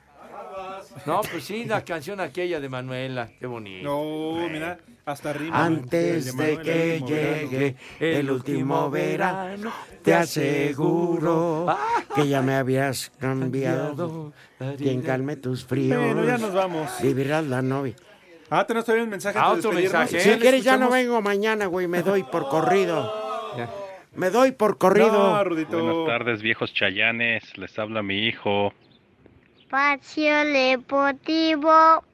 Speaker 4: No, pues sí, la canción aquella de Manuela. Qué bonito.
Speaker 3: No, mira, hasta arriba.
Speaker 5: Antes de que llegue el último
Speaker 3: Ah,
Speaker 5: verano, te aseguro que ya me habías cambiado. Quien calme tus fríos.
Speaker 3: Bueno, ya nos vamos.
Speaker 5: Vivirás la novia.
Speaker 3: Ah, tenemos todavía un mensaje.
Speaker 4: Ah,
Speaker 3: antes de
Speaker 4: otro
Speaker 3: despedirnos?
Speaker 4: mensaje.
Speaker 5: Si
Speaker 4: ¿le
Speaker 5: quieres ya no
Speaker 4: escuchamos?
Speaker 5: vengo mañana, güey, me doy por corrido. Me doy por corrido.
Speaker 3: No, Rudito.
Speaker 6: Buenas tardes, viejos chayanes. Les habla mi hijo.
Speaker 17: Espacio Deportivo.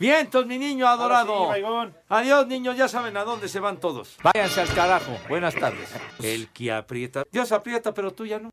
Speaker 4: Bien, entonces, mi niño
Speaker 3: Ahora sí,
Speaker 4: adorado.
Speaker 3: Baigón.
Speaker 4: Adiós, niños, ya saben a dónde se van todos. Váyanse al carajo. Buenas tardes. El que aprieta. Dios aprieta, pero tú ya no.